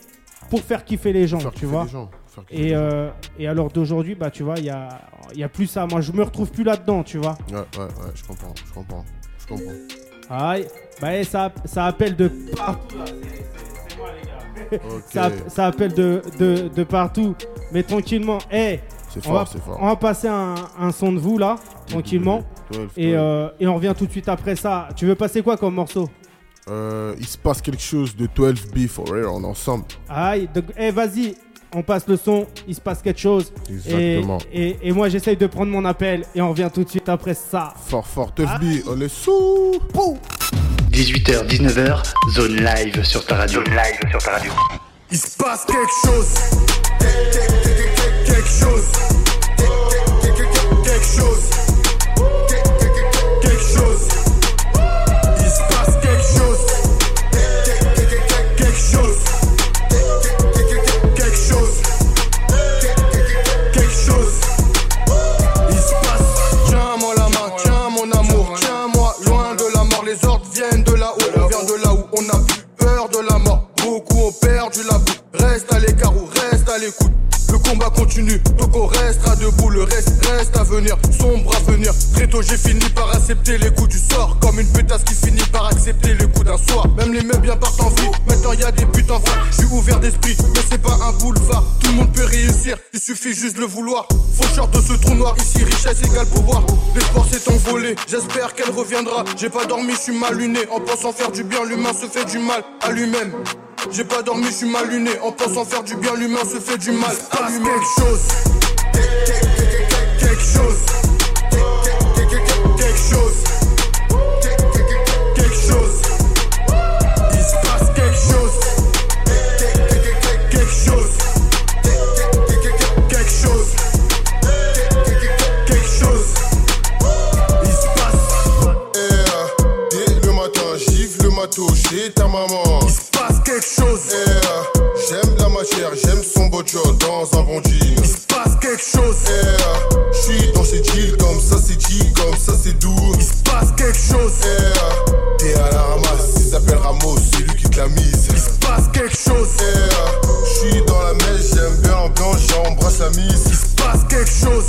pour faire kiffer les gens, Faire tu kiffer vois. les gens, faire kiffer les Et, euh, et à l'heure d'aujourd'hui, bah tu vois, il y a, il y a plus ça. Moi, je me retrouve plus là-dedans, tu vois. Ouais, ouais, ouais, je comprends, je comprends, je comprends. Aïe, bah eh, ça, ça appelle de partout. là. C'est- c'est- c'est moi, les gars. Ok, Ça, ça appelle de, de, de partout. Mais tranquillement, eh, c'est on, va, fort, c'est on fort. va passer un, un son de vous là, tranquillement. 12, Et, 12. euh, et on revient tout de suite après ça. Tu veux passer quoi comme morceau Euh, il se passe quelque chose de 12B for real, on est ensemble. Aïe, donc, eh, vas-y, on passe le son, il se passe quelque chose. Et, Exactement. et- et moi, j'essaye de prendre mon appel et on revient tout de suite après ça. Ah. Fort, fort, 12B, on est sous. Pou. 18h, 19h, zone live sur ta radio. Zone live sur ta radio. Il se passe quelque chose. Quelque- quelque- quelque- quelque- Quelque chose. Quelque- quelque- quelque- Quelque chose. Quelque- quelque- quelque- Quelque chose. Il se passe quelque chose. Quelque- quelque- quelque- Quelque chose. Quelque- quelque- quelque- Quelque chose. Quelque- quelque- Quelque chose. Il se passe. Tiens-moi la main, tiens mon amour, tiens-moi loin de la mort. Les ordres viennent de là-haut, on vient de là où on a plus peur de la mort. Beaucoup ont perdu la boue, reste à l'écart ou reste à l'écoute. Le combat continue, donc on restera debout. Le reste reste à venir, sombre à venir. Très tôt j'ai fini par accepter les coups du sort, comme une pétasse qui finit par accepter les coups d'un soir. Même les meufs bien partent en vie, maintenant y a des putes en vrac. Je suis ouvert d'esprit, mais c'est pas un boulevard. Tout le monde peut réussir, il suffit juste de le vouloir. Faucheur de ce trou noir, ici richesse égale pouvoir. L'espoir s'est envolé, j'espère qu'elle reviendra. J'ai pas dormi, je suis mal luné. En pensant faire du bien, l'humain se fait du mal à lui-même. J'ai pas dormi, je suis mal luné. En pensant faire du bien, l'humain se fait du mal à passe lui-même. quelque chose. Quelque- quelque- quelque- Quelque chose. Quelque- quelque- quelque- Quelque chose. Quelque- quelque- quelque- Quelque chose. Son voiture dans un bondine. Il se passe quelque chose. je suis dans ces deals comme ça c'est chill, comme ça c'est doux. Il se passe quelque chose. T'es à la ramasse, il s'appelle Ramos, c'est lui qui te l'a mise. Il se passe quelque chose. je suis dans la mèche, j'aime bien l'ambiance, j'embrasse la mise. Il se passe quelque chose.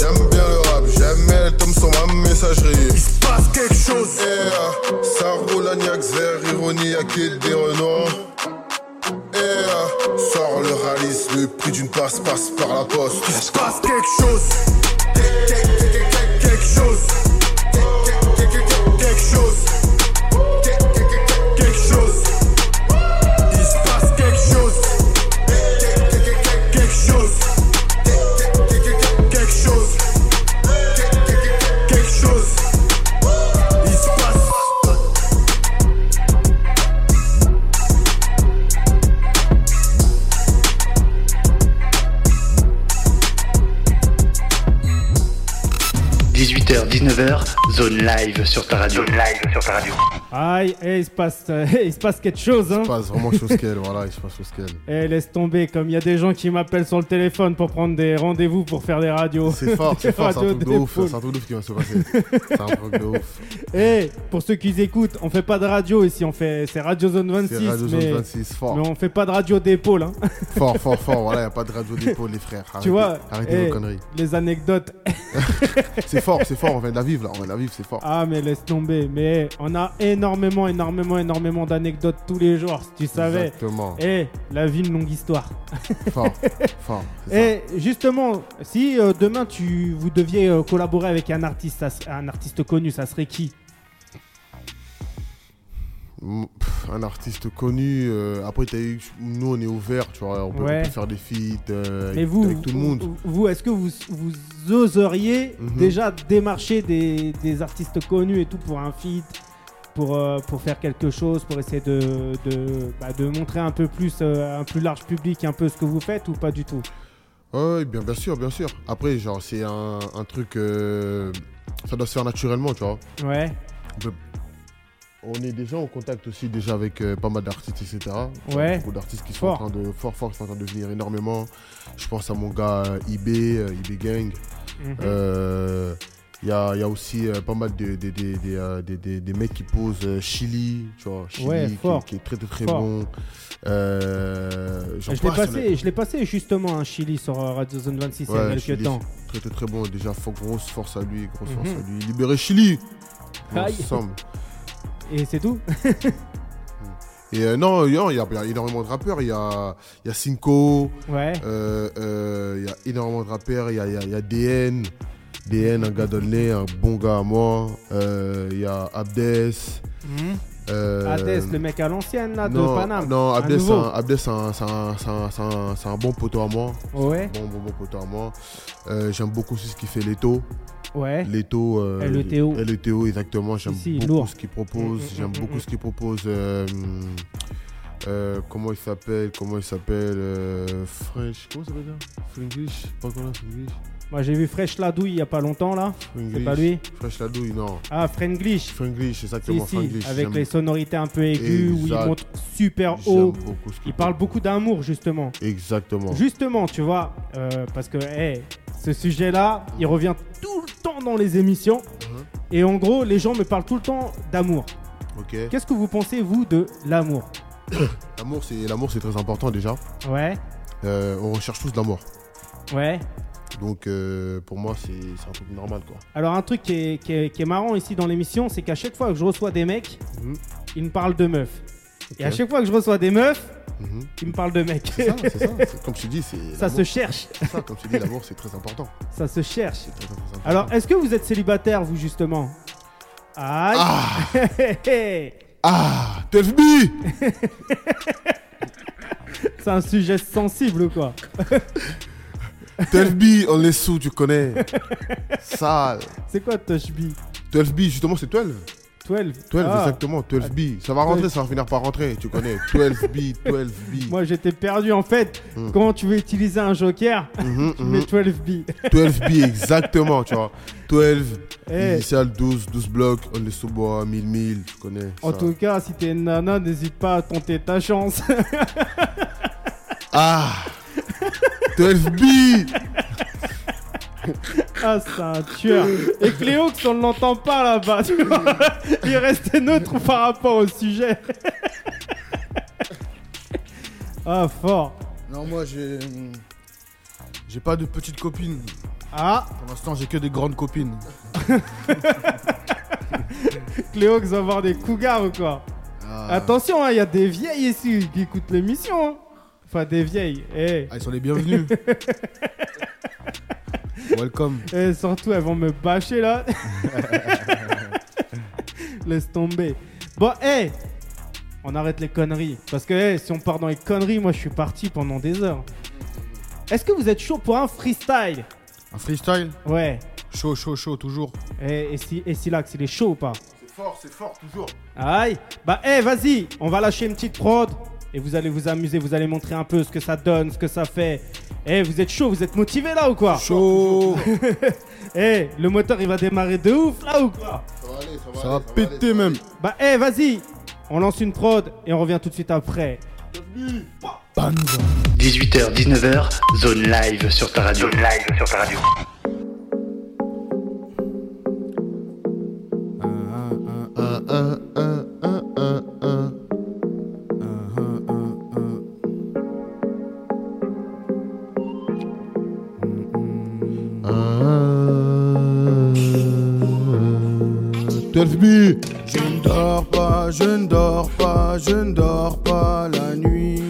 j'aime bien le rap, j'aime les tomes sur ma messagerie. Il se passe quelque chose. ça roule à Niax, vert, ironie, à quai des renoms. Eh, euh, sors le ralice, le prix d'une passe passe par la poste. Il se passe quelque chose. Quelque- quelque- quelque- Quelque chose. Quelque- quelque- quelque- Quelque chose. Quelque- quelque- Quelque chose. Il se passe quelque chose. Quelque- quelque- quelque- Quelque chose. Quelque- quelque- Quelque chose. Quelque- quelque- Quelque chose. Il se passe. h 19h, zone live sur ta radio. Zone live sur ta radio. Aïe, eh, il, se passe, [laughs] euh, il se passe quelque chose. Hein. Il se passe vraiment chose qu'elle, voilà, il se passe chose qu'elle. Eh, laisse tomber, comme il y a des gens qui m'appellent sur le téléphone pour prendre des rendez-vous pour faire des radios. C'est fort, [laughs] c'est Des fort, c'est un radios truc de des ouf, poules. c'est un truc de ouf qui va se passer. C'est un truc de ouf. [laughs] Eh, pour ceux qui écoutent, on fait pas de radio ici, on fait c'est Radio Zone 26, C'est Radio mais, Zone 26, fort, mais on fait pas de radio d'épaule. Hein. [laughs] fort, fort, fort. Voilà, il n'y a pas de radio dépôt, les frères. Arrêtez, tu vois, arrêtez eh, vos conneries. les [laughs] anecdotes. C'est fort, c'est fort, on vient de la vivre là, on vient de la vivre, c'est fort. Ah mais laisse tomber, mais eh, on a énormément, énormément, énormément d'anecdotes tous les jours, si tu savais. Exactement, Eh, la vie, une longue histoire. [laughs] fort, fort. c'est Et justement, si euh, demain tu vous deviez euh, collaborer avec un artiste, ça se- un artiste connu, ça serait qui ça. Mm, pff, Un artiste connu, euh, après, t'as eu- nous on est ouvert, tu vois, on peut, on Ouais. peut faire des feats euh, Mais avec, vous, avec tout le vous- monde. vous, vous, est-ce que vous, vous oseriez Mhm. déjà démarcher des, des artistes connus et tout pour un feat, pour, euh, pour faire quelque chose, pour essayer de, de, bah, de montrer un peu plus, euh, un plus large public, un peu ce que vous faites ou pas du tout Ouais, ouais, bien, bien sûr, bien sûr. Après, genre, c'est un, un truc. euh, ça doit se faire naturellement, tu vois. Ouais, On est déjà en contact aussi déjà avec euh, pas mal d'artistes, etc. Ouais. Beaucoup d'artistes qui sont Fort. en train de fort, fort, qui sont en train de venir énormément. Je pense à mon gars euh, IB, euh, IB Gang. Mhm. Euh, Il y, a, il y a aussi euh, pas mal de, de- de- de- euh, des- des- des mecs qui posent euh, Chili, tu vois, Chili Ouais, qui- fort. qui, est très très très Fort. bon. Euh, j'en je l'ai passe, il y en a- passé, je l'ai passé justement un Chili sur euh, Radio Zone 26 il y a Ouais, quelques Chili, temps. Très très très bon. Déjà, faut- grosse force à lui, grosse Mhm. force à lui. Libérer Chili Bon, Aïe. ensemble. Et c'est tout [laughs] Et euh, non, il y, a- il y a il y a énormément de rappeurs. Il y a, il y a Cinco, Ouais. euh, euh, il y a énormément de rappeurs. Il y a, il y a- il y a DN, DN, un gars donné, un bon gars à moi. Euh, Il y a Abdes. Mhm. euh, Hades, le mec à l'ancienne là, de non, Paname. Non, Un Abdes, c'est nouveau. un, Abdes, c'est un, c'est un- c'est un- c'est un- c'est un bon poteau à moi. Ouais, Bon, bon, bon poteau à moi. Euh, J'aime beaucoup aussi ce qu'il fait Leto. ouais. Leto, euh, LETO. LETO, exactement. J'aime Ici, beaucoup lourd. ce qu'il propose. Mm, mm, J'aime mm, beaucoup mm. ce qu'il propose. euh, euh, comment il s'appelle Comment il s'appelle euh, French. Comment ça s'appelle déjà Fringlish Pas encore là, Fringlish Moi j'ai vu Fresh Ladouille il y a pas longtemps là. Fringlish. pas lui French Ladouille, non. Ah, Frenglish. Fringlish, Si, exactement. si, Fringlish. avec J'aime- les sonorités un peu aiguës où il Exact. monte super j'aime haut. beaucoup ce qu'il Oh. Il parle propose. beaucoup d'amour justement. Exactement. Justement, tu vois, euh, parce que hey, ce sujet-là, il revient tout le temps dans les émissions. Uh-huh. Et en gros, les gens me parlent tout le temps d'amour. Ok. Qu'est-ce que vous pensez, vous, de l'amour L'amour, c'est l'amour, c'est très important déjà. Ouais, Euh, on recherche tous l'amour. ouais. Donc euh, pour moi, c'est c'est un truc normal quoi. [laughs] Alors, un truc qui est, qui est- qui est marrant ici dans l'émission, c'est qu'à chaque fois que je reçois des mecs, Mhm. ils me parlent de meufs. Et à Ok. chaque fois que je reçois des meufs, Mhm. ils me parlent de mecs. C'est ça, [laughs] c'est ça. C'est- Comme je te dis, c'est ça l'amour, se cherche, c'est ça. Comme je te dis, l'amour, c'est très important. ça se cherche. C'est très, très, très important. Alors, est-ce que vous êtes célibataire, vous, justement Aïe [laughs] Ah, TFB C'est un sujet sensible, quoi. TFB, on est sous, [laughs] tu connais. Ça, C'est quoi Toshbi 12B, justement, c'est 12. 12 12, Ah, exactement, 12B. Ça va rentrer, ça va finir par rentrer, tu connais. 12B, 12B. [laughs] Moi, j'étais perdu, en fait. Hmm. Quand tu veux utiliser un joker, Mhm, tu mhm. mets 12B. 12B, exactement, tu vois. 12, Eh. initial 12, 12 blocs, on est sous bois, 1000, 1000, tu connais. En ça. tout cas, si t'es une nana, n'hésite pas à tenter ta chance. [laughs] Ah 12 b Ah, c'est un tueur. Et Cléox, on ne l'entend pas là-bas, tu vois. [laughs] Il est resté neutre par rapport au sujet. [laughs] Ah, fort. Non, moi, j'ai. J'ai pas de petites copines. Ah, Pour l'instant, j'ai que des grandes copines. Cléox va voir des cougars ou quoi Ah, Attention, hein, il y a des vieilles ici qui écoutent l'émission. hein. Enfin, des vieilles. Eh, ah, ils sont les [laughs] bienvenus. Welcome. eh, surtout, elles vont me bâcher [laughs] là. Laisse tomber. Bon, eh, on arrête les conneries. Parce que eh, si on part dans les conneries, moi je suis parti pendant des heures. Est-ce que vous êtes chaud pour un freestyle Un freestyle Ouais. Eh, Chaud, chaud, chaud, toujours. Et, et si, et si là, il est chaud ou pas C'est fort, c'est fort, toujours. Aïe Bah, eh, vas-y, on va lâcher une petite prod. Et vous allez vous amuser, vous allez montrer un peu ce que ça donne, ce que ça fait. Eh, vous êtes chaud, vous êtes motivé là ou quoi Chaud [laughs] Eh, le moteur il va démarrer de ouf là ou quoi Ça va aller, ça va Ça va péter même. Bah, eh, vas-y On lance une prod et on revient tout de suite après. 18h, 19h, zone live sur ta radio. Zone live sur ta radio. Je ne dors pas, je ne dors pas, je ne dors pas la nuit.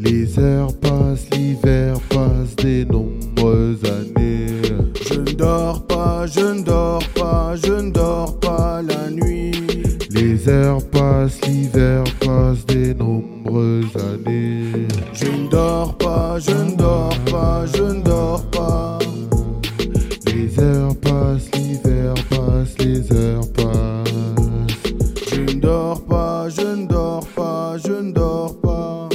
Les heures passent, l'hiver passe, des nombreuses années. Je ne dors pas, je ne dors pas, je ne dors pas la nuit. Les heures passent, l'hiver passe, des nombreuses années. Je ne dors pas, je ne dors pas, je ne dors pas. Les heures passent, l'hiver passe, les heures passent. Je ne dors pas, je ne dors pas, je ne dors pas.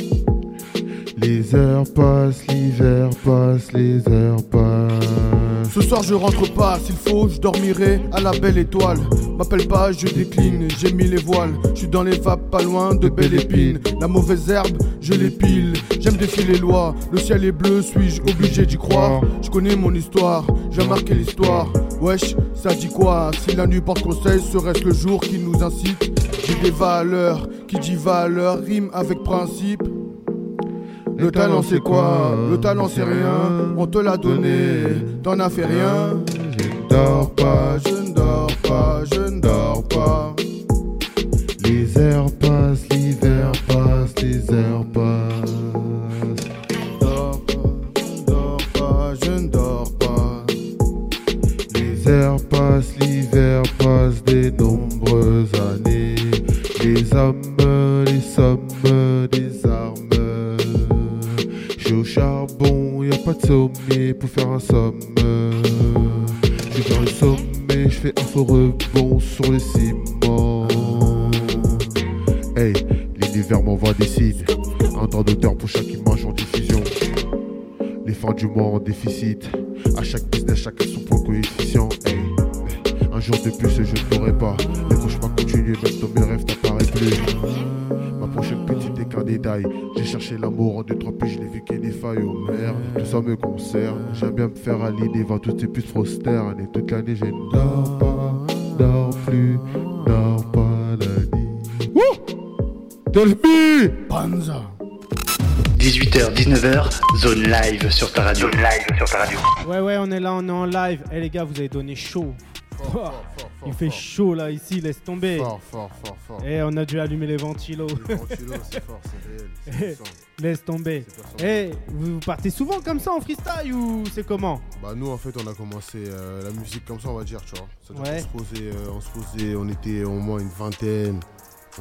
Les heures passent, l'hiver passe, les heures passent. Ce soir je rentre pas, s'il faut je dormirai à la belle étoile. M'appelle pas, je décline, j'ai mis les voiles. Je suis dans les vapes pas loin de belle épine. La mauvaise herbe, je l'épile. J'aime défier les lois. Le ciel est bleu, suis-je obligé d'y croire Je connais mon histoire, j'ai marqué l'histoire. Wesh, ça dit quoi Si la nuit porte conseil, serait-ce le jour qui nous incite J'ai des valeurs, qui dit valeur rime avec principe. Le talent c'est quoi Le talent c'est rien, on te l'a donné, t'en as fait rien. Je ne Je ne dors dors pas, hein. je ne dors pas, je ne dors pas. Les heures passent, l'hiver passe, les heures passent. Je ne dors pas, je ne dors pas, je ne dors pas. Les heures passent, l'hiver passe, des nombreuses années. Les hommes, les sommes, des armes. Je suis au charbon, y a pas de sommet pour faire un somme. Je vais faire le sommet, je fais un faux rebond sur le ciment. Hey, l'univers m'envoie des signes. Un temps d'auteur pour chaque image en diffusion. Les fins du mois en déficit. À chaque business, chacun son propre coefficient. Hey. Un jour de plus, je ne pourrai pas. Les cauchemars continuent, même dans mes rêves, t'apparaît plus. Ma prochaine petite est qu'un détail. J'ai cherché l'amour en deux, trois puis je l'ai vu qu'il y a des failles. Oh merde, tout ça me concerne. J'aime bien me faire à l'idée, voir toutes ces puces prosternes. Et toute l'année, je ne dors pas, dors plus, dors pas la nuit. Wouh! Dolby! Panza. 18h, 19h, zone live sur ta radio. Zone live sur ta radio. Ouais, ouais, on est là, on est en live. Eh les gars, vous avez donné chaud. Oh, Il fait chaud là, ici, laisse tomber. Fort, fort, fort, fort. Eh, on a dû allumer les ventilos. Eh, c'est fort, c'est réel, c'est puissant, laisse tomber. c'est Eh, personnel. vous partez souvent comme ça en freestyle ou c'est comment Bah nous en fait on a commencé euh, la musique comme ça on va dire tu vois. C'est-à-dire Ouais. qu'on se posait, euh, on se posait, on était au moins une vingtaine,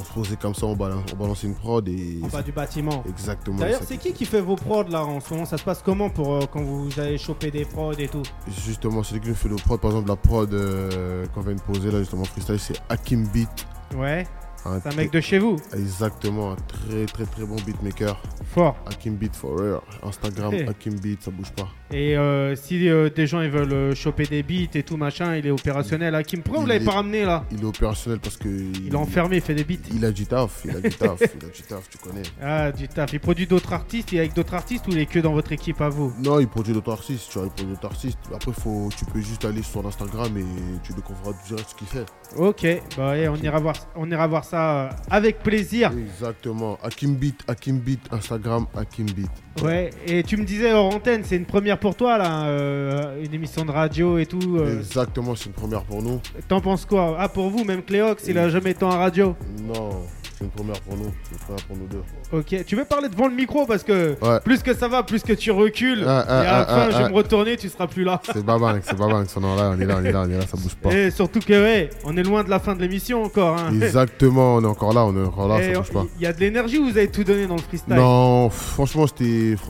on se posait comme ça, on, balan- on balançait une prod et En bas du bâtiment. exactement. D'ailleurs, ça- c'est qui qui fait vos prods là en ce moment Ça se passe comment pour euh, quand vous allez choper des prods et tout Justement celui qui nous fait le prod, par exemple la prod euh, qu'on vient de poser là justement freestyle c'est Hakim Beat. Ouais. Un C'est un mec de chez vous. Exactement, un très très très bon beatmaker. Fort. Hakim Beat Forever. [laughs] Instagram, Ok. Hakim Beat, ça bouge pas. Et euh, si euh, des gens ils veulent euh, choper des beats et tout machin, il est opérationnel. Hakim, pourquoi vous Il l'avez est- pas ramené là Il est opérationnel parce que. Il est enfermé, il fait des beats. Il a du taf, il a du taf, [laughs] il a du taf, tu connais. Ah, du taf. Il produit d'autres artistes, il est avec d'autres artistes ou il est que dans votre équipe à vous Non, il produit d'autres artistes, tu vois, il produit d'autres artistes. Après, faut, tu peux juste aller sur Instagram et tu découvriras direct ce qu'il fait. Ok, bah ouais, on, ira voir, on ira voir ça euh, avec plaisir. Exactement. Hakim Beat, Hakim Beat, Instagram, Hakim Beat. Ouais, et tu me disais hors antenne, c'est une première pour toi là, euh, une émission de radio et tout. euh, Exactement, c'est une première pour nous. T'en penses quoi Ah, pour vous, même Cléox, il a jamais été en radio. Non, c'est une première pour nous, c'est une première pour nous deux. Ok, tu veux parler devant le micro parce que Ouais. plus que ça va, plus que tu recules. Ah, ah, et à la ah, fin, ah, je vais ah. me retourner, tu seras plus là. Eh, C'est Babank, c'est Babank, on est là, on est là, on est là, on est là, ça bouge pas. Et surtout que, ouais, on est loin de la fin de l'émission encore. hein. [laughs] Exactement, on est encore là, on est encore là, [laughs] Eh, ça bouge pas. Il y a de l'énergie ou vous avez tout donné dans le freestyle Non, franchement, c'était. pff,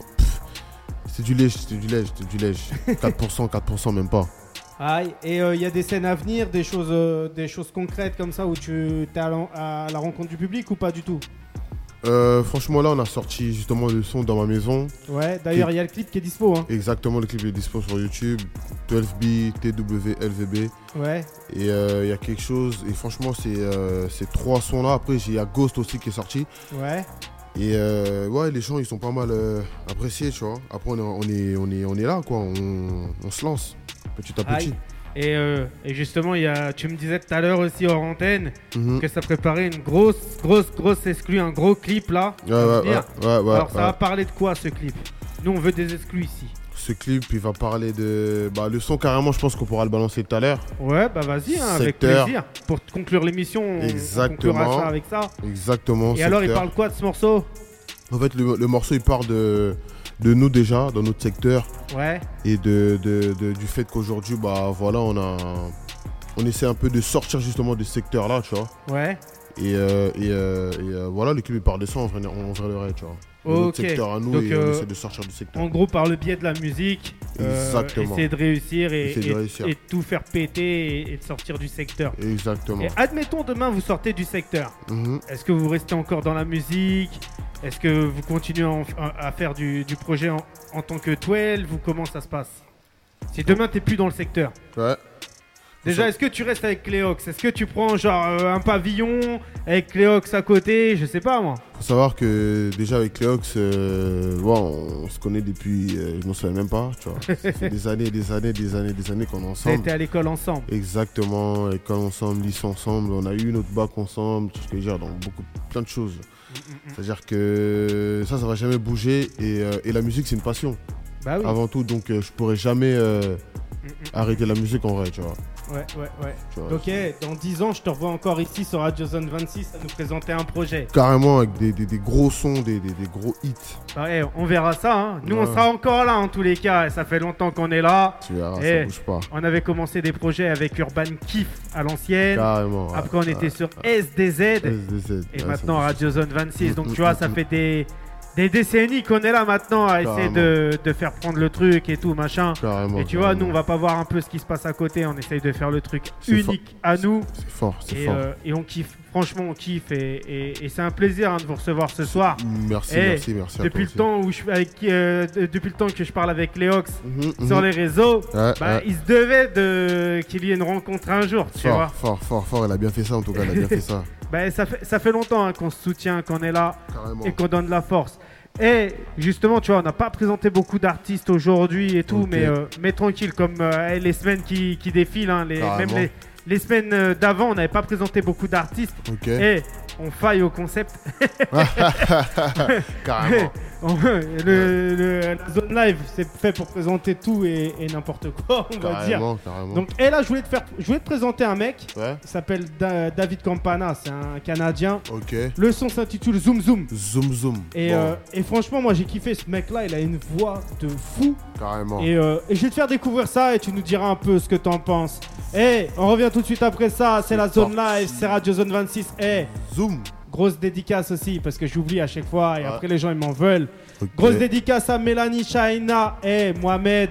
C'était du lèche, c'était du lèche, c'était du [laughs] lèche. 4%, 4%, même pas. Aïe, et euh, il y a des scènes à venir, des choses, euh, des choses concrètes comme ça où tu es à, la- à la rencontre du public ou pas du tout Euh, franchement, là, on a sorti justement le son dans ma maison. Ouais, d'ailleurs, il y a le clip qui est dispo. Hein. Exactement, le clip est dispo sur YouTube. 12B, TWLVB. Ouais, Et euh, il y a quelque chose. Et franchement, c'est euh, ces trois sons-là. Après, j'ai- il y a Ghost aussi qui est sorti. ouais. Et euh, ouais, les gens, ils sont pas mal euh, appréciés, tu vois. Après, on est, on est, on est, on est là, quoi. On, on se lance petit à petit. Aïe. Et, euh, et justement, il y a, tu me disais tout à l'heure aussi hors antenne Mhm. que ça préparait une grosse, grosse, grosse exclue, un gros clip là. Ouais, ouais, ouais, Bien. ouais, ouais, Alors, ça ouais. va parler de quoi ce clip Nous, on veut des exclus ici. Ce clip, il va parler de. Bah, le son, carrément, je pense qu'on pourra le balancer tout à l'heure. Ouais, bah vas-y, hein, avec Secteur. plaisir. Pour t- conclure l'émission, on, on Exactement. conclura ça avec ça. Exactement. Et alors, il secteur. parle quoi de ce morceau En fait, le, le morceau, il parle de, de nous déjà, dans notre secteur, Ouais, et de, de- de- du fait qu'aujourd'hui, bah, voilà, on a. On essaie un peu de sortir justement de ce secteur-là, tu vois. ouais. Et, euh, et, euh, et, euh, voilà, le clip, il parle de ça, en vrai, en vrai, le vrai, tu vois. De Ok. Notre secteur à nous, Donc, et euh, on essaie de sortir du secteur. En gros, par le biais de la musique, euh, Exactement. essayer de réussir et, Essayer de et- réussir. et tout faire péter et, et de sortir du secteur. Exactement. Et admettons, demain, vous sortez du secteur. Mhm. Est-ce que vous restez encore dans la musique Est-ce que vous continuez à, en- à- à faire du, du projet en, en tant que 12 Ou comment ça se passe Si demain t'es plus dans le secteur. Ouais. Déjà, est-ce que tu restes avec Cléox Est-ce que tu prends genre euh, un pavillon avec Cléox à côté Je sais pas moi. Faut savoir que déjà avec Cléox, euh, bon, on se connaît depuis, euh, je m'en souviens même pas, tu vois. [laughs] Ça fait des années, des années, des années, des années qu'on est T'as ensemble. été à l'école ensemble. Exactement, école ensemble, lycée ensemble, on a eu notre bac ensemble, tout ce que je veux dire, donc beaucoup, plein de Mm, choses. C'est-à-dire que ça, ça va jamais bouger et, euh, et la musique, c'est une passion Bah oui. avant tout, donc euh, je pourrais jamais euh, Mm, mm. arrêter la musique en vrai, tu vois. Ouais, ouais, ouais. Tu vois, Ok, dans 10 ans, je te revois encore ici sur Radio Zone 26 à nous présenter un projet. Carrément avec des, des- des gros sons, des, des- des gros hits, Bah, eh, on verra ça. hein. Nous, on Ouais. sera encore là en tous les cas. Ça fait longtemps qu'on est là. tu verras, Eh. ça bouge pas. On avait commencé des projets avec Urban Kiff à l'ancienne. Carrément. ouais. Après, on était sur SDZ. SDZ, Et ouais, maintenant, ça Radio Zone 26. Donc, Mm, tu vois, mm, ça mm. fait des, des décennies qu'on est là maintenant à essayer Carrément. de, de faire prendre le truc et tout, machin. Carrément. Et tu vois, nous, on carrément. va pas voir un peu ce qui se passe à côté. On essaye de faire le truc C'est fort. unique à nous. C'est fort, c'est Et, fort. euh, et on kiffe. Franchement, on kiffe. Et, et- et c'est un plaisir hein, de vous recevoir ce soir. Merci, Eh, merci, merci. à toi Depuis le aussi. temps où je suis avec, euh, de- depuis le temps que je parle avec Léox Mhm, mhm. sur les réseaux, Ouais, bah, ouais. il se devait de qu'il y ait une rencontre un jour, tu vois. Fort, fort, fort, fort. Elle a bien fait ça, en tout cas. Elle a bien [laughs] fait ça. [laughs] Bah, ça fait ça fait longtemps hein, qu'on se soutient, qu'on est là Carrément. et qu'on donne de la force. Et justement, tu vois, on n'a pas présenté beaucoup d'artistes aujourd'hui et tout, Ok. mais, euh, mais tranquille, comme euh, les semaines qui, qui défilent, hein, les, même Carrément. les, les semaines euh, d'avant, on n'avait pas présenté beaucoup d'artistes. Ok. Et on faille au concept. Carrément. [laughs] On- le, le- la zone live, c'est fait pour présenter tout et, et n'importe quoi, on va dire. Carrément, carrément. Donc, et là, je voulais te, faire, je voulais te présenter un mec. Ouais. Il s'appelle Da- David Campana, c'est un Canadien. Ok. Le son s'intitule Zoom Zoom. Zoom, zoom. Et, Bon, euh, et franchement, moi j'ai kiffé ce mec-là, il a une voix de fou. Carrément. Et, euh, et je vais te faire découvrir ça et tu nous diras un peu ce que t'en penses. Eh, on revient tout de suite après ça, c'est la zone live, c'est Radio Zone 26. Eh, Zoom. grosse dédicace aussi parce que j'oublie à chaque fois et Ouais. après les gens ils m'en veulent. Ok. Grosse dédicace à Mélanie Shaina, eh, Mohamed,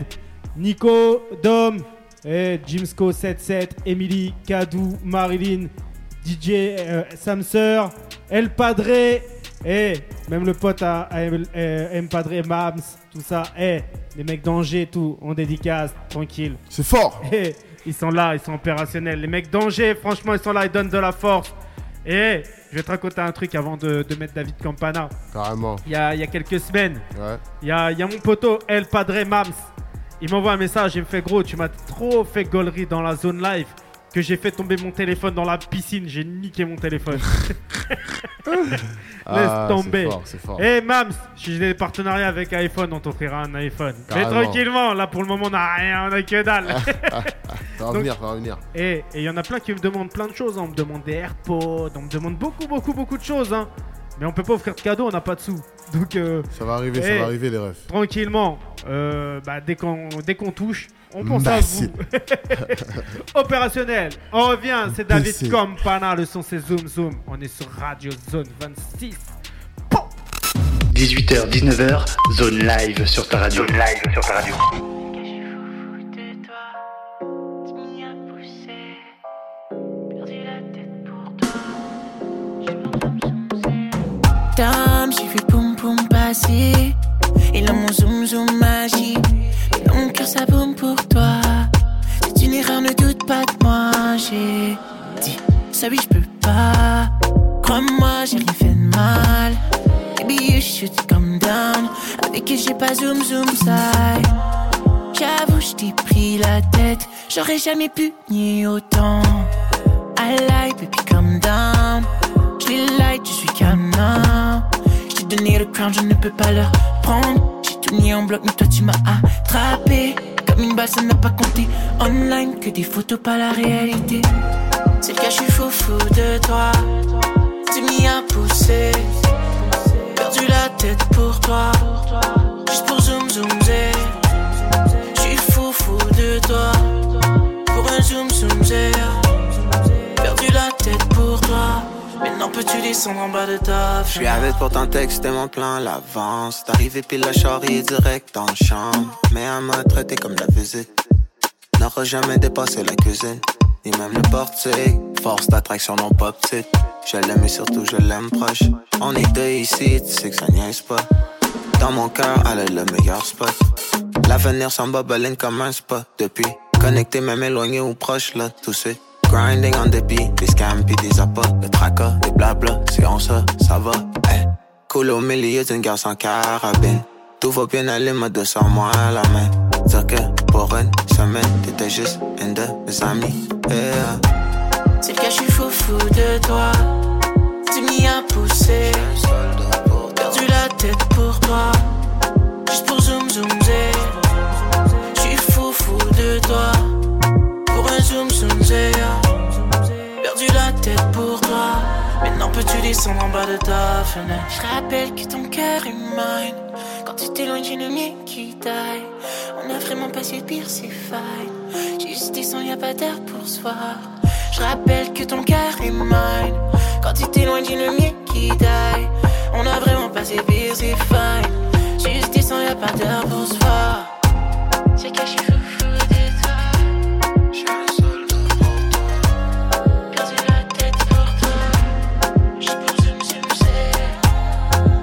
Nico, Dom, eh, Jimsco77, Emily, Kadou, Marilyn, DJ euh, Samser, El Padre, et même le pote à, à El- euh, M Padre, Mams, tout ça, et les mecs d'Angers, et tout, on dédicace, tranquille. C'est fort. Eh, [laughs] ils sont là, ils sont opérationnels. Les mecs d'Angers, franchement, ils sont là, ils donnent de la force. Et je vais te raconter un truc avant de, de mettre David Campana. Carrément. Il y a, il y a quelques semaines, Ouais. il y a, il y a mon poteau El Padre Mams. Il m'envoie un message, il me fait gros, tu m'as trop fait gaulerie dans la zone live que j'ai fait tomber mon téléphone dans la piscine, j'ai niqué mon [laughs] téléphone. Ah, c'est tomber. fort, C'est fort. Eh Mams, j'ai des partenariats avec iPhone, on t'offrira un iPhone. Mais Carrément. tranquillement, là pour le moment on a rien, on a que [laughs] dalle. [laughs] Ça va revenir, ça va revenir. Eh, Et il y en a plein qui me demandent plein de choses. hein. On me demande des AirPods, on me demande beaucoup, beaucoup, beaucoup de choses. hein. Mais on peut pas offrir de cadeaux, on n'a pas de sous. Donc euh, Ça va arriver, ça Eh. va arriver, les refs. tranquillement, euh, bah, dès qu'on dès qu'on touche, on pense Massive. à vous. [laughs] Opérationnel, on revient, c'est David PC. Campana, le son c'est Zoom Zoom. On est sur Radio Zone 26. 18h, 19h, zone live sur ta radio. Zone live sur ta radio. Que je fous de toi, tu m'y as poussé, perdu la tête pour toi, je m'enferme sous ses. Dame, j'ai vu poum poum passer, et là mon zoom zoom magie, mais mon cœur ça boum pour toi. C'est une erreur, ne doute pas de moi, j'ai dit, ça oui je peux pas, crois-moi j'ai rien fait de mal. Baby you should come down, avec qui j'ai pas zoom zoom side. J'avoue, je t'ai pris la tête. J'aurais jamais pu nier autant. I like, baby, come down. Je les like, je suis canin. Je t'ai donné le crown, je ne peux pas le prendre. J'ai tout mis en bloc, mais toi, tu m'as attrapé. Comme une balle, ça n'a pas compté. Online, que des photos, pas la réalité. C'est le cas, je suis fou fou de toi. Tu m'y as poussé. Perdu la tête pour toi. Juste pour zoom, zoom, zé. J'suis fou fou de toi Pour un zoom zoom zé Perdu la tête pour toi Maintenant peux-tu descendre en bas de ta Je suis avec pour ton texte et mon plan à l'avance. T'arrives pile la charrie direct en chambre. Mais elle m'a traité comme la visite. N'aura jamais dépassé la cuisine, ni même le portique. Force d'attraction non pas petite. Je l'aime et surtout je l'aime proche. On est deux ici, tu sais que ça niaise pas. Dans mon cœur, elle est le meilleur spot. L'avenir s'en babaline comme un spot. Depuis, connecté, même éloigné ou proche, là, tout de suite. Grinding en débit, des scams pis des appâts, des tracas, des blabla, c'est on ça, ça va. Hey. Cool au milieu d'une gare sans carabine. Tout va bien aller, ma 200 mois à la main. Dire que pour une semaine, t'étais juste une de mes amis. Eh, ah. Yeah. C'est le cas, j'suis fou fou de toi Tu m'y as poussé Perdu la tête pour toi Juste pour zoom zoom zé J'suis fou fou de toi Pour un zoom zoom zé Perdu la tête pour toi Maintenant peux-tu descendre en bas de ta fenêtre Je rappelle que ton cœur est mine Quand tu t'éloignes j'ai le mien qui taille On a vraiment passé le pire c'est fine J'ai juste descendu y'a pas d'air pour soi Je rappelle que ton cœur est mine Quand tu t'éloignes j'ai le mien qui taille On a vraiment passé le pire c'est fine J'ai juste descendu y'a pas d'air pour soi C'est caché fou fou de toi Perdu la tête pour toi, je pense que je me sais,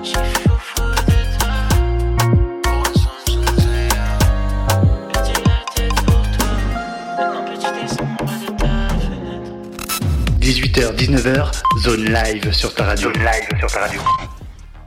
je suis fou fou de toi, pour un somme zéro. Perdu la tête pour toi, maintenant peux-tu descendre en bas de ta fenêtre 18h, 19h, zone live sur ta radio. Zone live sur ta radio.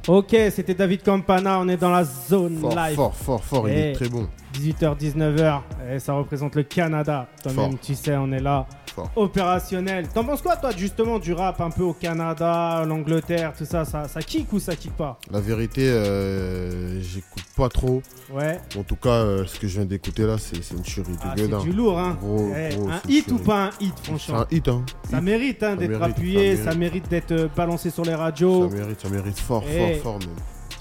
Ok, c'était David Campana, on est dans la zone Fort, live. fort, fort, fort. Il Eh. est très bon. 18h, 19h, et eh, ça représente le Canada. Toi-même, Fort. tu sais, on est là. Fort. Opérationnel. T'en penses quoi, toi, justement, du rap un peu au Canada, l'Angleterre, tout ça, ça Ça kick ou ça kick pas La vérité, euh, j'écoute pas trop. Ouais. En tout cas, euh, ce que je viens d'écouter là, c'est c'est une tuerie Ah, de c'est gueule. hein. du lourd, hein. Gros, Eh, gros, un c'est hit sûr. ou pas un hit, C'est franchement un hit, hein. Ça mérite hein, Ça d'être mérite, appuyé, ça ça mérite. mérite d'être euh, balancé sur les Ça radios. mérite, ça mérite fort, Eh. fort, fort même.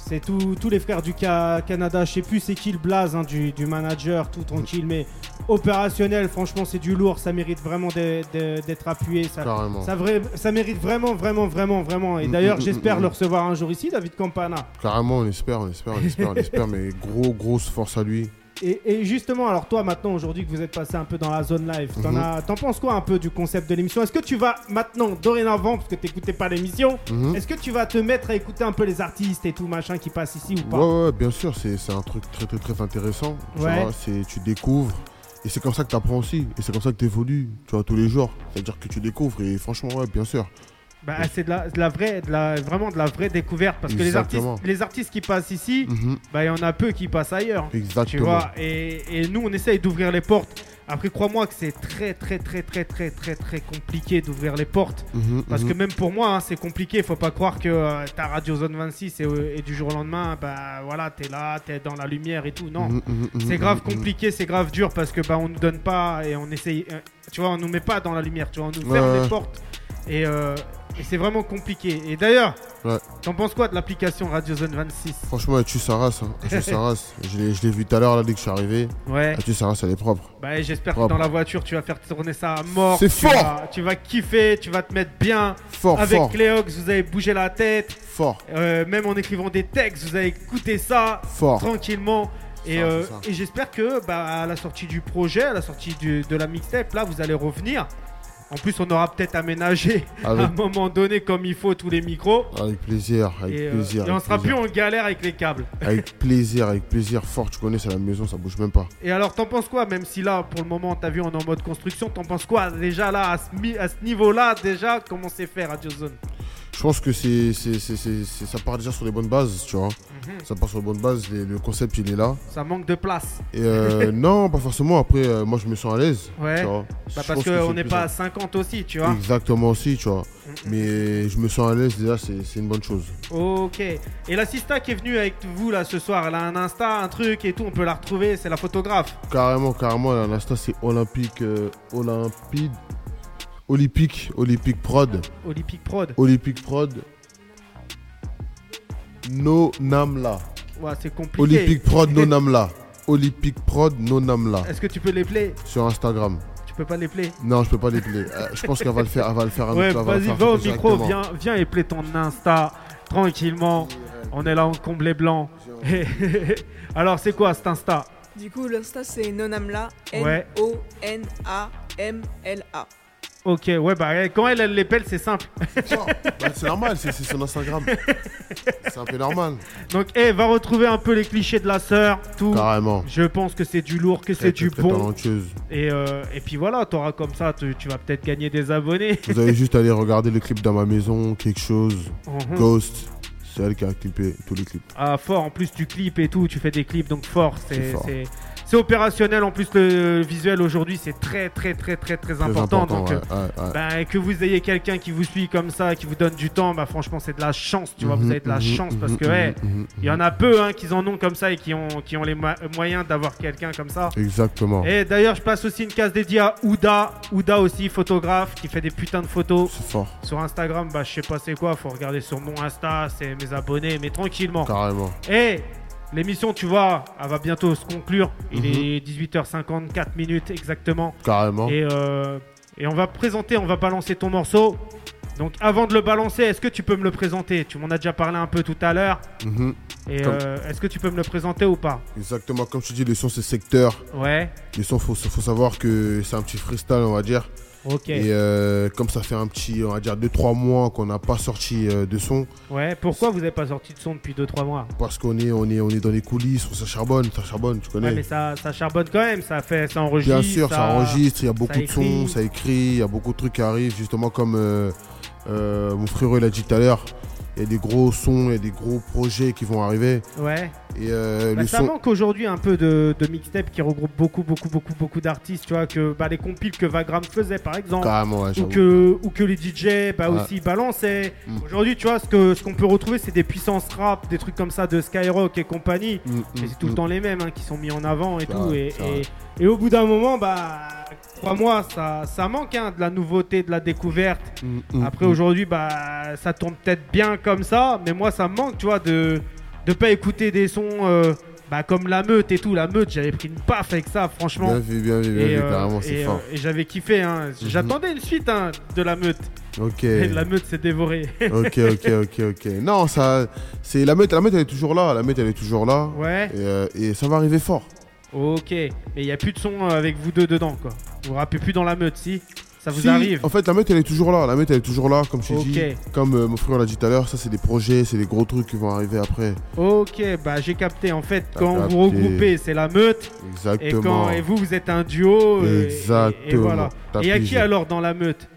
C'est tout- tous les frères du Ca- Canada, je sais plus c'est qui le blaze hein, du, du manager, tout tranquille, mais opérationnel, franchement c'est du lourd, ça mérite vraiment d'e- d'e- d'être appuyé, ça, Carrément, ça, vrai- ça mérite vraiment, vraiment, vraiment, vraiment. Et Mm, d'ailleurs mm, j'espère mm, mm. le recevoir un jour ici, David Campana. [laughs] carrément, on espère, on espère, on espère, on espère, mais gros, grosse force à lui. Et, et justement, alors toi maintenant, aujourd'hui que vous êtes passé un peu dans la zone live, t'en Mhm. as- t'en penses quoi un peu du concept de l'émission Est-ce que tu vas maintenant, dorénavant, parce que t'écoutais pas l'émission, Mhm. est-ce que tu vas te mettre à écouter un peu les artistes et tout machin qui passent ici ou Ouais, pas ouais, ouais, bien sûr, c'est c'est un truc très, très, très intéressant. tu Ouais. vois, c'est- tu découvres. Et c'est comme ça que tu apprends aussi. Et c'est comme ça que tu évolues, tu vois, tous les jours. C'est-à-dire que tu découvres. Et franchement, ouais, bien sûr. Bah, c'est de la, de la vraie, de la, vraiment de la vraie découverte parce que les artistes, Exactement. les artistes qui passent ici, Mhm. bah il y en a peu qui passent ailleurs. Exactement. Tu vois, et, et nous on essaye d'ouvrir les portes. Après, crois-moi que c'est très très très très très très très compliqué d'ouvrir les portes. Mhm, Parce mhm. que même pour moi, hein, c'est compliqué. Faut pas croire que euh, ta radio zone 26 et, euh, et du jour au lendemain, bah voilà, t'es là, t'es dans la lumière et tout. Non, Mhm, mhm, mhm, c'est grave mhm, mhm. compliqué, c'est grave dur parce que bah on nous donne pas et on essaye. euh, Tu vois, on nous met pas dans la lumière. Tu vois, on nous Ouais, ferme ouais. les portes et, euh, et c'est vraiment compliqué. Et d'ailleurs, Ouais. t'en penses quoi de l'application Radio Zone 26 Franchement, elle tue sa [laughs] race. hein. Elle tue sa race. Je l'ai je l'ai vu tout à l'heure, là, dès que je suis arrivé. Ouais. Elle tue sa race, elle est propre. Bah, et j'espère que Propre. dans la voiture, tu vas faire tourner ça à mort. C'est tu fort. vas- tu vas kiffer, tu vas te mettre bien. Fort, Avec fort, Cléox, vous avez bougé la tête. fort, Euh, même en écrivant des textes, vous avez écouté ça fort. tranquillement. Et, Ça, euh, c'est ça. et j'espère que bah, à la sortie du projet, à la sortie du- de la mixtape, là, vous allez revenir. En plus, on aura peut-être aménagé [laughs] à Avec- un moment donné comme il faut tous les micros. Avec plaisir, avec Et, euh, plaisir. et on avec sera plus plaisir. en galère avec les câbles. Avec plaisir, avec plaisir, fort. Tu connais, c'est la maison, ça bouge même pas. Et alors, t'en penses quoi Même si là, pour le moment, t'as vu, on est en mode construction. T'en penses quoi déjà là, à ce, mi- à ce niveau-là, déjà, comment c'est faire Radio Zone Je pense que c'est, c'est, c'est, c'est- c'est- ça part déjà sur les bonnes bases, tu vois. Mhm. Ça part sur les bonnes bases, les- le concept il est là. Ça manque de place. Et [laughs] euh, non, pas forcément. Après, euh, moi je me sens à l'aise. Ouais. tu vois. Je Bah, pense parce que qu'on c'est n'est plus pas ça. à 50 aussi, tu vois. Exactement aussi, tu vois. Mais je me sens à l'aise déjà, c'est, c'est une bonne chose. Ok. Et la Sista qui est venue avec vous là ce soir, elle a un Insta, un truc et tout, on peut la retrouver, c'est la photographe. Carrément, carrément, là, l'instant c'est olympique, euh, olympique, olympique, olympique prod, Olympic Prod. olympique prod. No Namla. Ouais, c'est compliqué. Olympique prod, no Namla. Olympique prod, no Namla. Est-ce que tu peux les play Sur Instagram. Tu peux pas les play Non, je peux pas l'épeler. Euh, je pense qu'elle va le faire, elle va le faire un Ouais, autre, elle va le vas-y, faire va au micro, directement. viens, viens et play ton Insta tranquillement. On est là en comblé blanc. [laughs] Alors, c'est quoi cet Insta Du coup, l'insta c'est Nonamla. Ouais. N-O-N-A-M-L-A. Ok, ouais, bah elle- quand elle, elle les pèle, c'est simple. [laughs] Bah, c'est normal, c'est c'est son Instagram. c'est un peu normal. Donc, eh, va retrouver un peu les clichés de la sœur, tout. Carrément. Je pense que c'est du lourd, que Très, c'est du très, très bon. talentueuse. Et, euh, et puis voilà, t'auras comme ça, tu, tu vas peut-être gagner des abonnés. Vous allez juste aller regarder le clip dans ma maison, quelque chose. Mhm. Ghost, c'est elle qui a clippé tous les clips. ah, fort, en plus tu clips et tout, tu fais des clips, donc fort, c'est, C'est fort. c'est, c'est opérationnel. En plus, le visuel aujourd'hui, c'est très, très, très, très, très Très important. donc, ouais, euh, ouais, ouais. ben, que vous ayez quelqu'un qui vous suit comme ça, qui vous donne du temps, bah, franchement, c'est de la chance, tu vois, vous Mhm, avez de la mhm, chance parce mhm, que, ouais, mhm, mhm, il y en a peu hein, qui en ont comme ça et qui ont, qui ont les mo- moyens d'avoir quelqu'un comme ça. Exactement. Et d'ailleurs, je passe aussi une case dédiée à Ouda. Ouda aussi, photographe, qui fait des putains de photos. C'est fort, Sur Instagram, bah, je sais pas c'est quoi, faut regarder sur mon Insta, c'est mes abonnés, mais tranquillement. carrément. Et Eh, l'émission, tu vois, elle va bientôt se conclure. Il Mhm. est 18h54 minutes exactement. Carrément. Et, euh, et on va présenter, on va balancer ton morceau. Donc avant de le balancer, est-ce que tu peux me le présenter Tu m'en as déjà parlé un peu tout à l'heure. Mhm. Et Comme- euh, est-ce que tu peux me le présenter ou pas Exactement, comme tu dis, le son c'est secteur. Ouais, Le son, faut, faut savoir que c'est un petit freestyle, on va dire. ok. Et euh, comme ça fait un petit, on va dire, 2-3 mois qu'on n'a pas sorti euh, de son, Ouais, pourquoi vous n'avez pas sorti de son depuis 2-3 mois parce qu'on est, on est, on est dans les coulisses, on- ça charbonne, ça charbonne, tu connais. Ouais, mais ça, ça charbonne quand même, ça fait, ça enregistre. Bien sûr, ça, enregistre, il y a beaucoup ça de sons, écrit. ça écrit, il y a beaucoup de trucs qui arrivent, justement comme euh, euh, mon frérot il a dit tout à l'heure, il y a des gros sons, il y a des gros projets qui vont arriver. Ouais. Et euh, Bah, le ça son, manque aujourd'hui un peu de, de mixtape qui regroupe beaucoup, beaucoup, beaucoup, beaucoup d'artistes. Tu vois, que bah, les compiles que Vagram faisait par exemple, carrément, ouais, ou j'avoue. que, ou que les DJ bah, Ouais. aussi balançaient. Mm. Aujourd'hui, tu vois, ce qu'on ce qu'on peut retrouver, c'est des puissances rap, des trucs comme ça de Skyrock et compagnie. Mm, mm, Mais c'est tout le mm. temps les mêmes hein, qui sont mis en avant et C'est tout. vrai, et, c'est vrai. et- et au bout d'un moment, bah, crois-moi, ça, ça manque hein, de la nouveauté, de la découverte. Mm, mm, Après mm. aujourd'hui, bah, ça tourne peut-être bien comme ça, mais moi ça me manque, tu vois, de de pas écouter des sons euh, bah, comme la meute et tout. La meute, j'avais pris une paf avec ça, franchement. Bien vu, bien vu, bien et vu, euh, carrément, et, c'est euh, fort. Mhm. et j'avais kiffé. hein. J'attendais une suite hein, de la meute. Ok. Et la meute s'est dévorée. [laughs] ok, ok, ok, ok. Non, ça, c'est la meute, la meute, elle est toujours là, la meute, elle est toujours là. ouais. Et, euh, et ça va arriver fort. Ok, mais il n'y a plus de son euh, avec vous deux dedans, quoi. Vous rappez plus dans la meute, si Ça vous Si, arrive En fait, la meute, elle est toujours là. La meute, elle est toujours là, comme je t'ai Ok. dit. Comme euh, mon frère l'a dit tout à l'heure, ça, c'est des projets, c'est des gros trucs qui vont arriver après. Ok, bah j'ai capté. En fait, T'as quand capté. vous regroupez, c'est la meute. Exactement. Et, quand, et vous, vous êtes un duo. et- et- Et, Exactement. voilà. T'as Et il y a qui pigé. alors dans la meute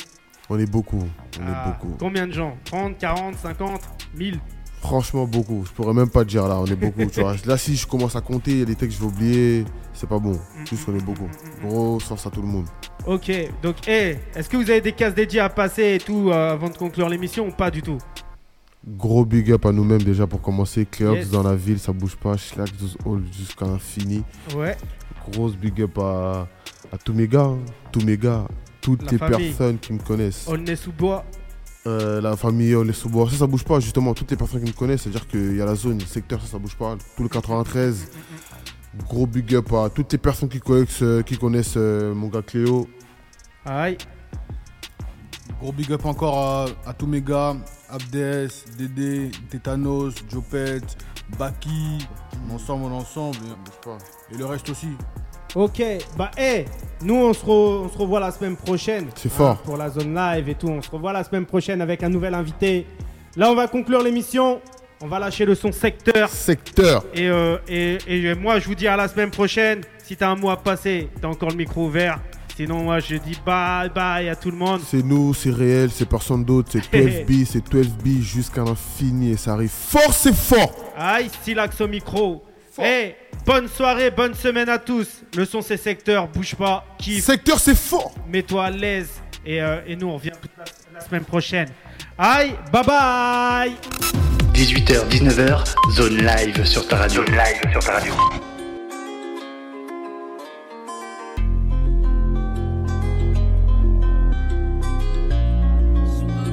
On est beaucoup. On Ah, est beaucoup. Combien de gens 30, 40, 50, 1000 Franchement, beaucoup. Je pourrais même pas te dire là, on est beaucoup. tu vois. Là, si je commence à compter, il y a des textes que je vais oublier. C'est pas bon. Mm, Juste qu'on est beaucoup. Gros sens à tout le monde. Ok, donc, hey, est-ce que vous avez des cases dédiées à passer et tout euh, avant de conclure l'émission ou pas du tout Gros big up à nous-mêmes déjà pour commencer. Cléops Yes. dans la ville, ça bouge pas. Schlax Hall jusqu'à l'infini. Ouais. Grosse big up à, à tous mes gars. hein. Tous mes gars. Toutes La les famille. personnes qui me connaissent. On est sous bois. Euh, la famille, les sous-bois, ça, ça bouge pas, justement. Toutes les personnes qui me connaissent, c'est-à-dire qu'il y a la zone, le secteur, ça, ça bouge pas. Tout le 93, gros big up à toutes les personnes qui connaissent, euh, qui connaissent euh, mon gars Cléo. Aïe. Gros big up encore à, à tous mes gars, Abdes, Dédé, Tétanos, Jopette, Baki, mon ensemble, mon ensemble, et le reste aussi. Ok, bah hey, nous on se, re- on se revoit la semaine prochaine. C'est fort. Pour la zone live et tout, on se revoit la semaine prochaine avec un nouvel invité. Là on va conclure l'émission, on va lâcher le son secteur. Secteur. Et, euh, et, et moi, je vous dis à la semaine prochaine. Si t'as un mot à passer, t'as encore le micro ouvert. Sinon, moi, je dis bye bye à tout le monde. C'est nous, c'est réel, c'est personne d'autre, [laughs] c'est 12B, c'est 12B jusqu'à l'infini et ça arrive fort, c'est fort! Aïe, Silax au micro. Hey, bonne soirée, bonne semaine à tous. Le son, c'est secteur, bouge pas, kiffe. Secteur, c'est fort. Mets-toi à l'aise. Et, euh, et nous, on revient toute la, la semaine prochaine. Aïe, bye bye. 18h, 19h, zone live sur ta radio. Zone live sur ta radio.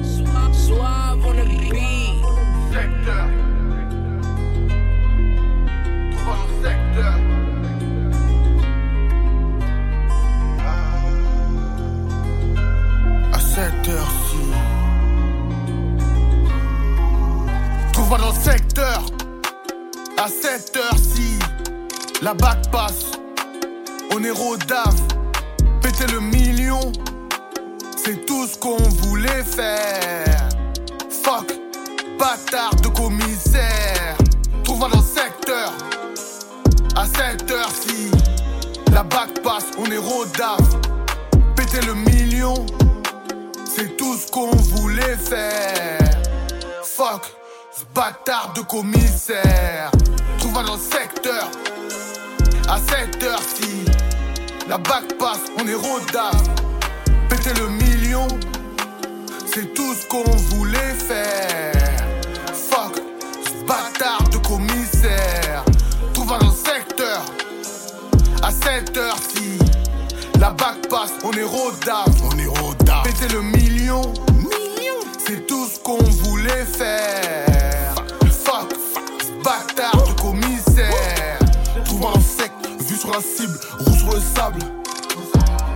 Suave on the beat. Secteur. Trois secteur. À cette heure-ci, Trouve-moi dans le secteur. À cette heure-ci, la bac passe. On est rodave. Péter le million. C'est tout ce qu'on voulait faire. Fuck, bâtard de commissaire. Trouve-moi dans le secteur. À cette heure-ci, la bac passe. On est rodave. Péter le million. C'est tout ce qu'on voulait faire. Fuck, ce bâtard de commissaire. Trouve un dans le secteur. À cette heure-ci, la bac passe, on est rodave. Péter le million, c'est tout ce qu'on voulait faire. Fuck, ce bâtard de commissaire. Trouve un dans le secteur. À cette heure-ci, la bac passe, on est rodave. On est rodave. Péter le million. C'est tout ce qu'on voulait faire. Fuck, bâtard de commissaire. Trouve un insecte, vue sur la cible, rouge sur le sable.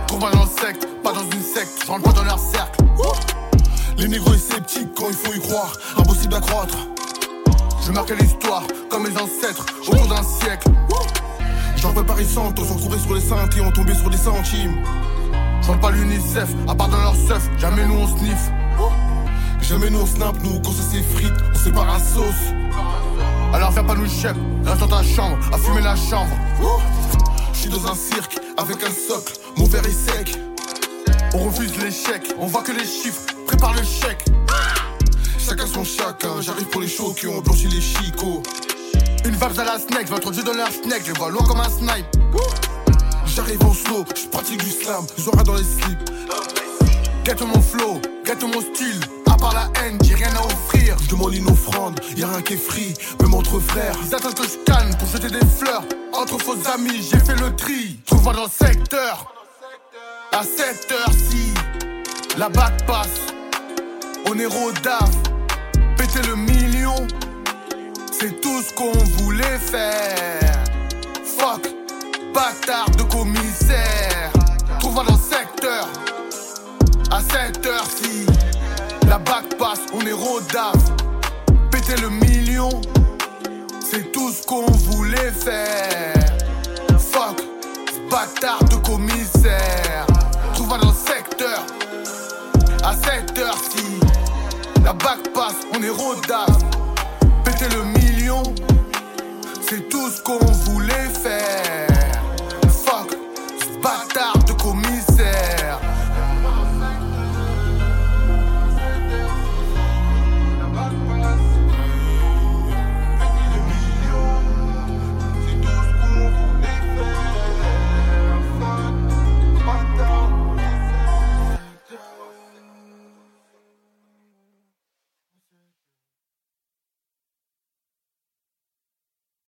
Trouve un insecte, pas dans une secte, je rentre pas dans leur cercle. Les négros est sceptiques quand il faut y croire, impossible à croître. Je marque l'histoire comme mes ancêtres au cours d'un siècle. J'en prépare sans on s'en sur les saintes et on tombait sur des centimes. Je rentre pas l'UNICEF, à part dans leur seuf, jamais nous on sniff. Jamais nous on snap, nous quand ça s'effrite, on sépare la sauce. Alors viens pas nous chef, reste dans ta chambre, à fumer la chambre. Je suis dans un cirque, avec un socle, mon verre est sec. On refuse l'échec, on voit que les chiffres, prépare le chèque. Chacun son chacun, j'arrive pour les shows qui ont blanchi les chicots. Une vague à la snake, 23 jeux dans leur snake, je les vois loin comme un snipe. J'arrive en slow, je pratique du slam, j'aurai dans les slips. Gâte mon flow, gâte mon style. À part la haine, j'ai rien à offrir. Je demande une offrande, y'a rien qui est free, même entre frères. Ils attendent que je canne pour jeter des fleurs. Entre faux amis, j'ai fait le tri. Trouve-moi dans le secteur. À cette heure-ci, la bac passe. On est rodave. Péter le million, c'est tout ce qu'on voulait faire. Fuck, bâtard de commissaire. Trouve-moi dans le secteur. À cette heure-ci, la bac passe, on est rodave. Péter le million, c'est tout ce qu'on voulait faire. Fuck, bâtard de commissaire. Trouva dans le secteur à 7 heures si la bac passe, on est rodas. Péter le million, c'est tout ce qu'on voulait faire.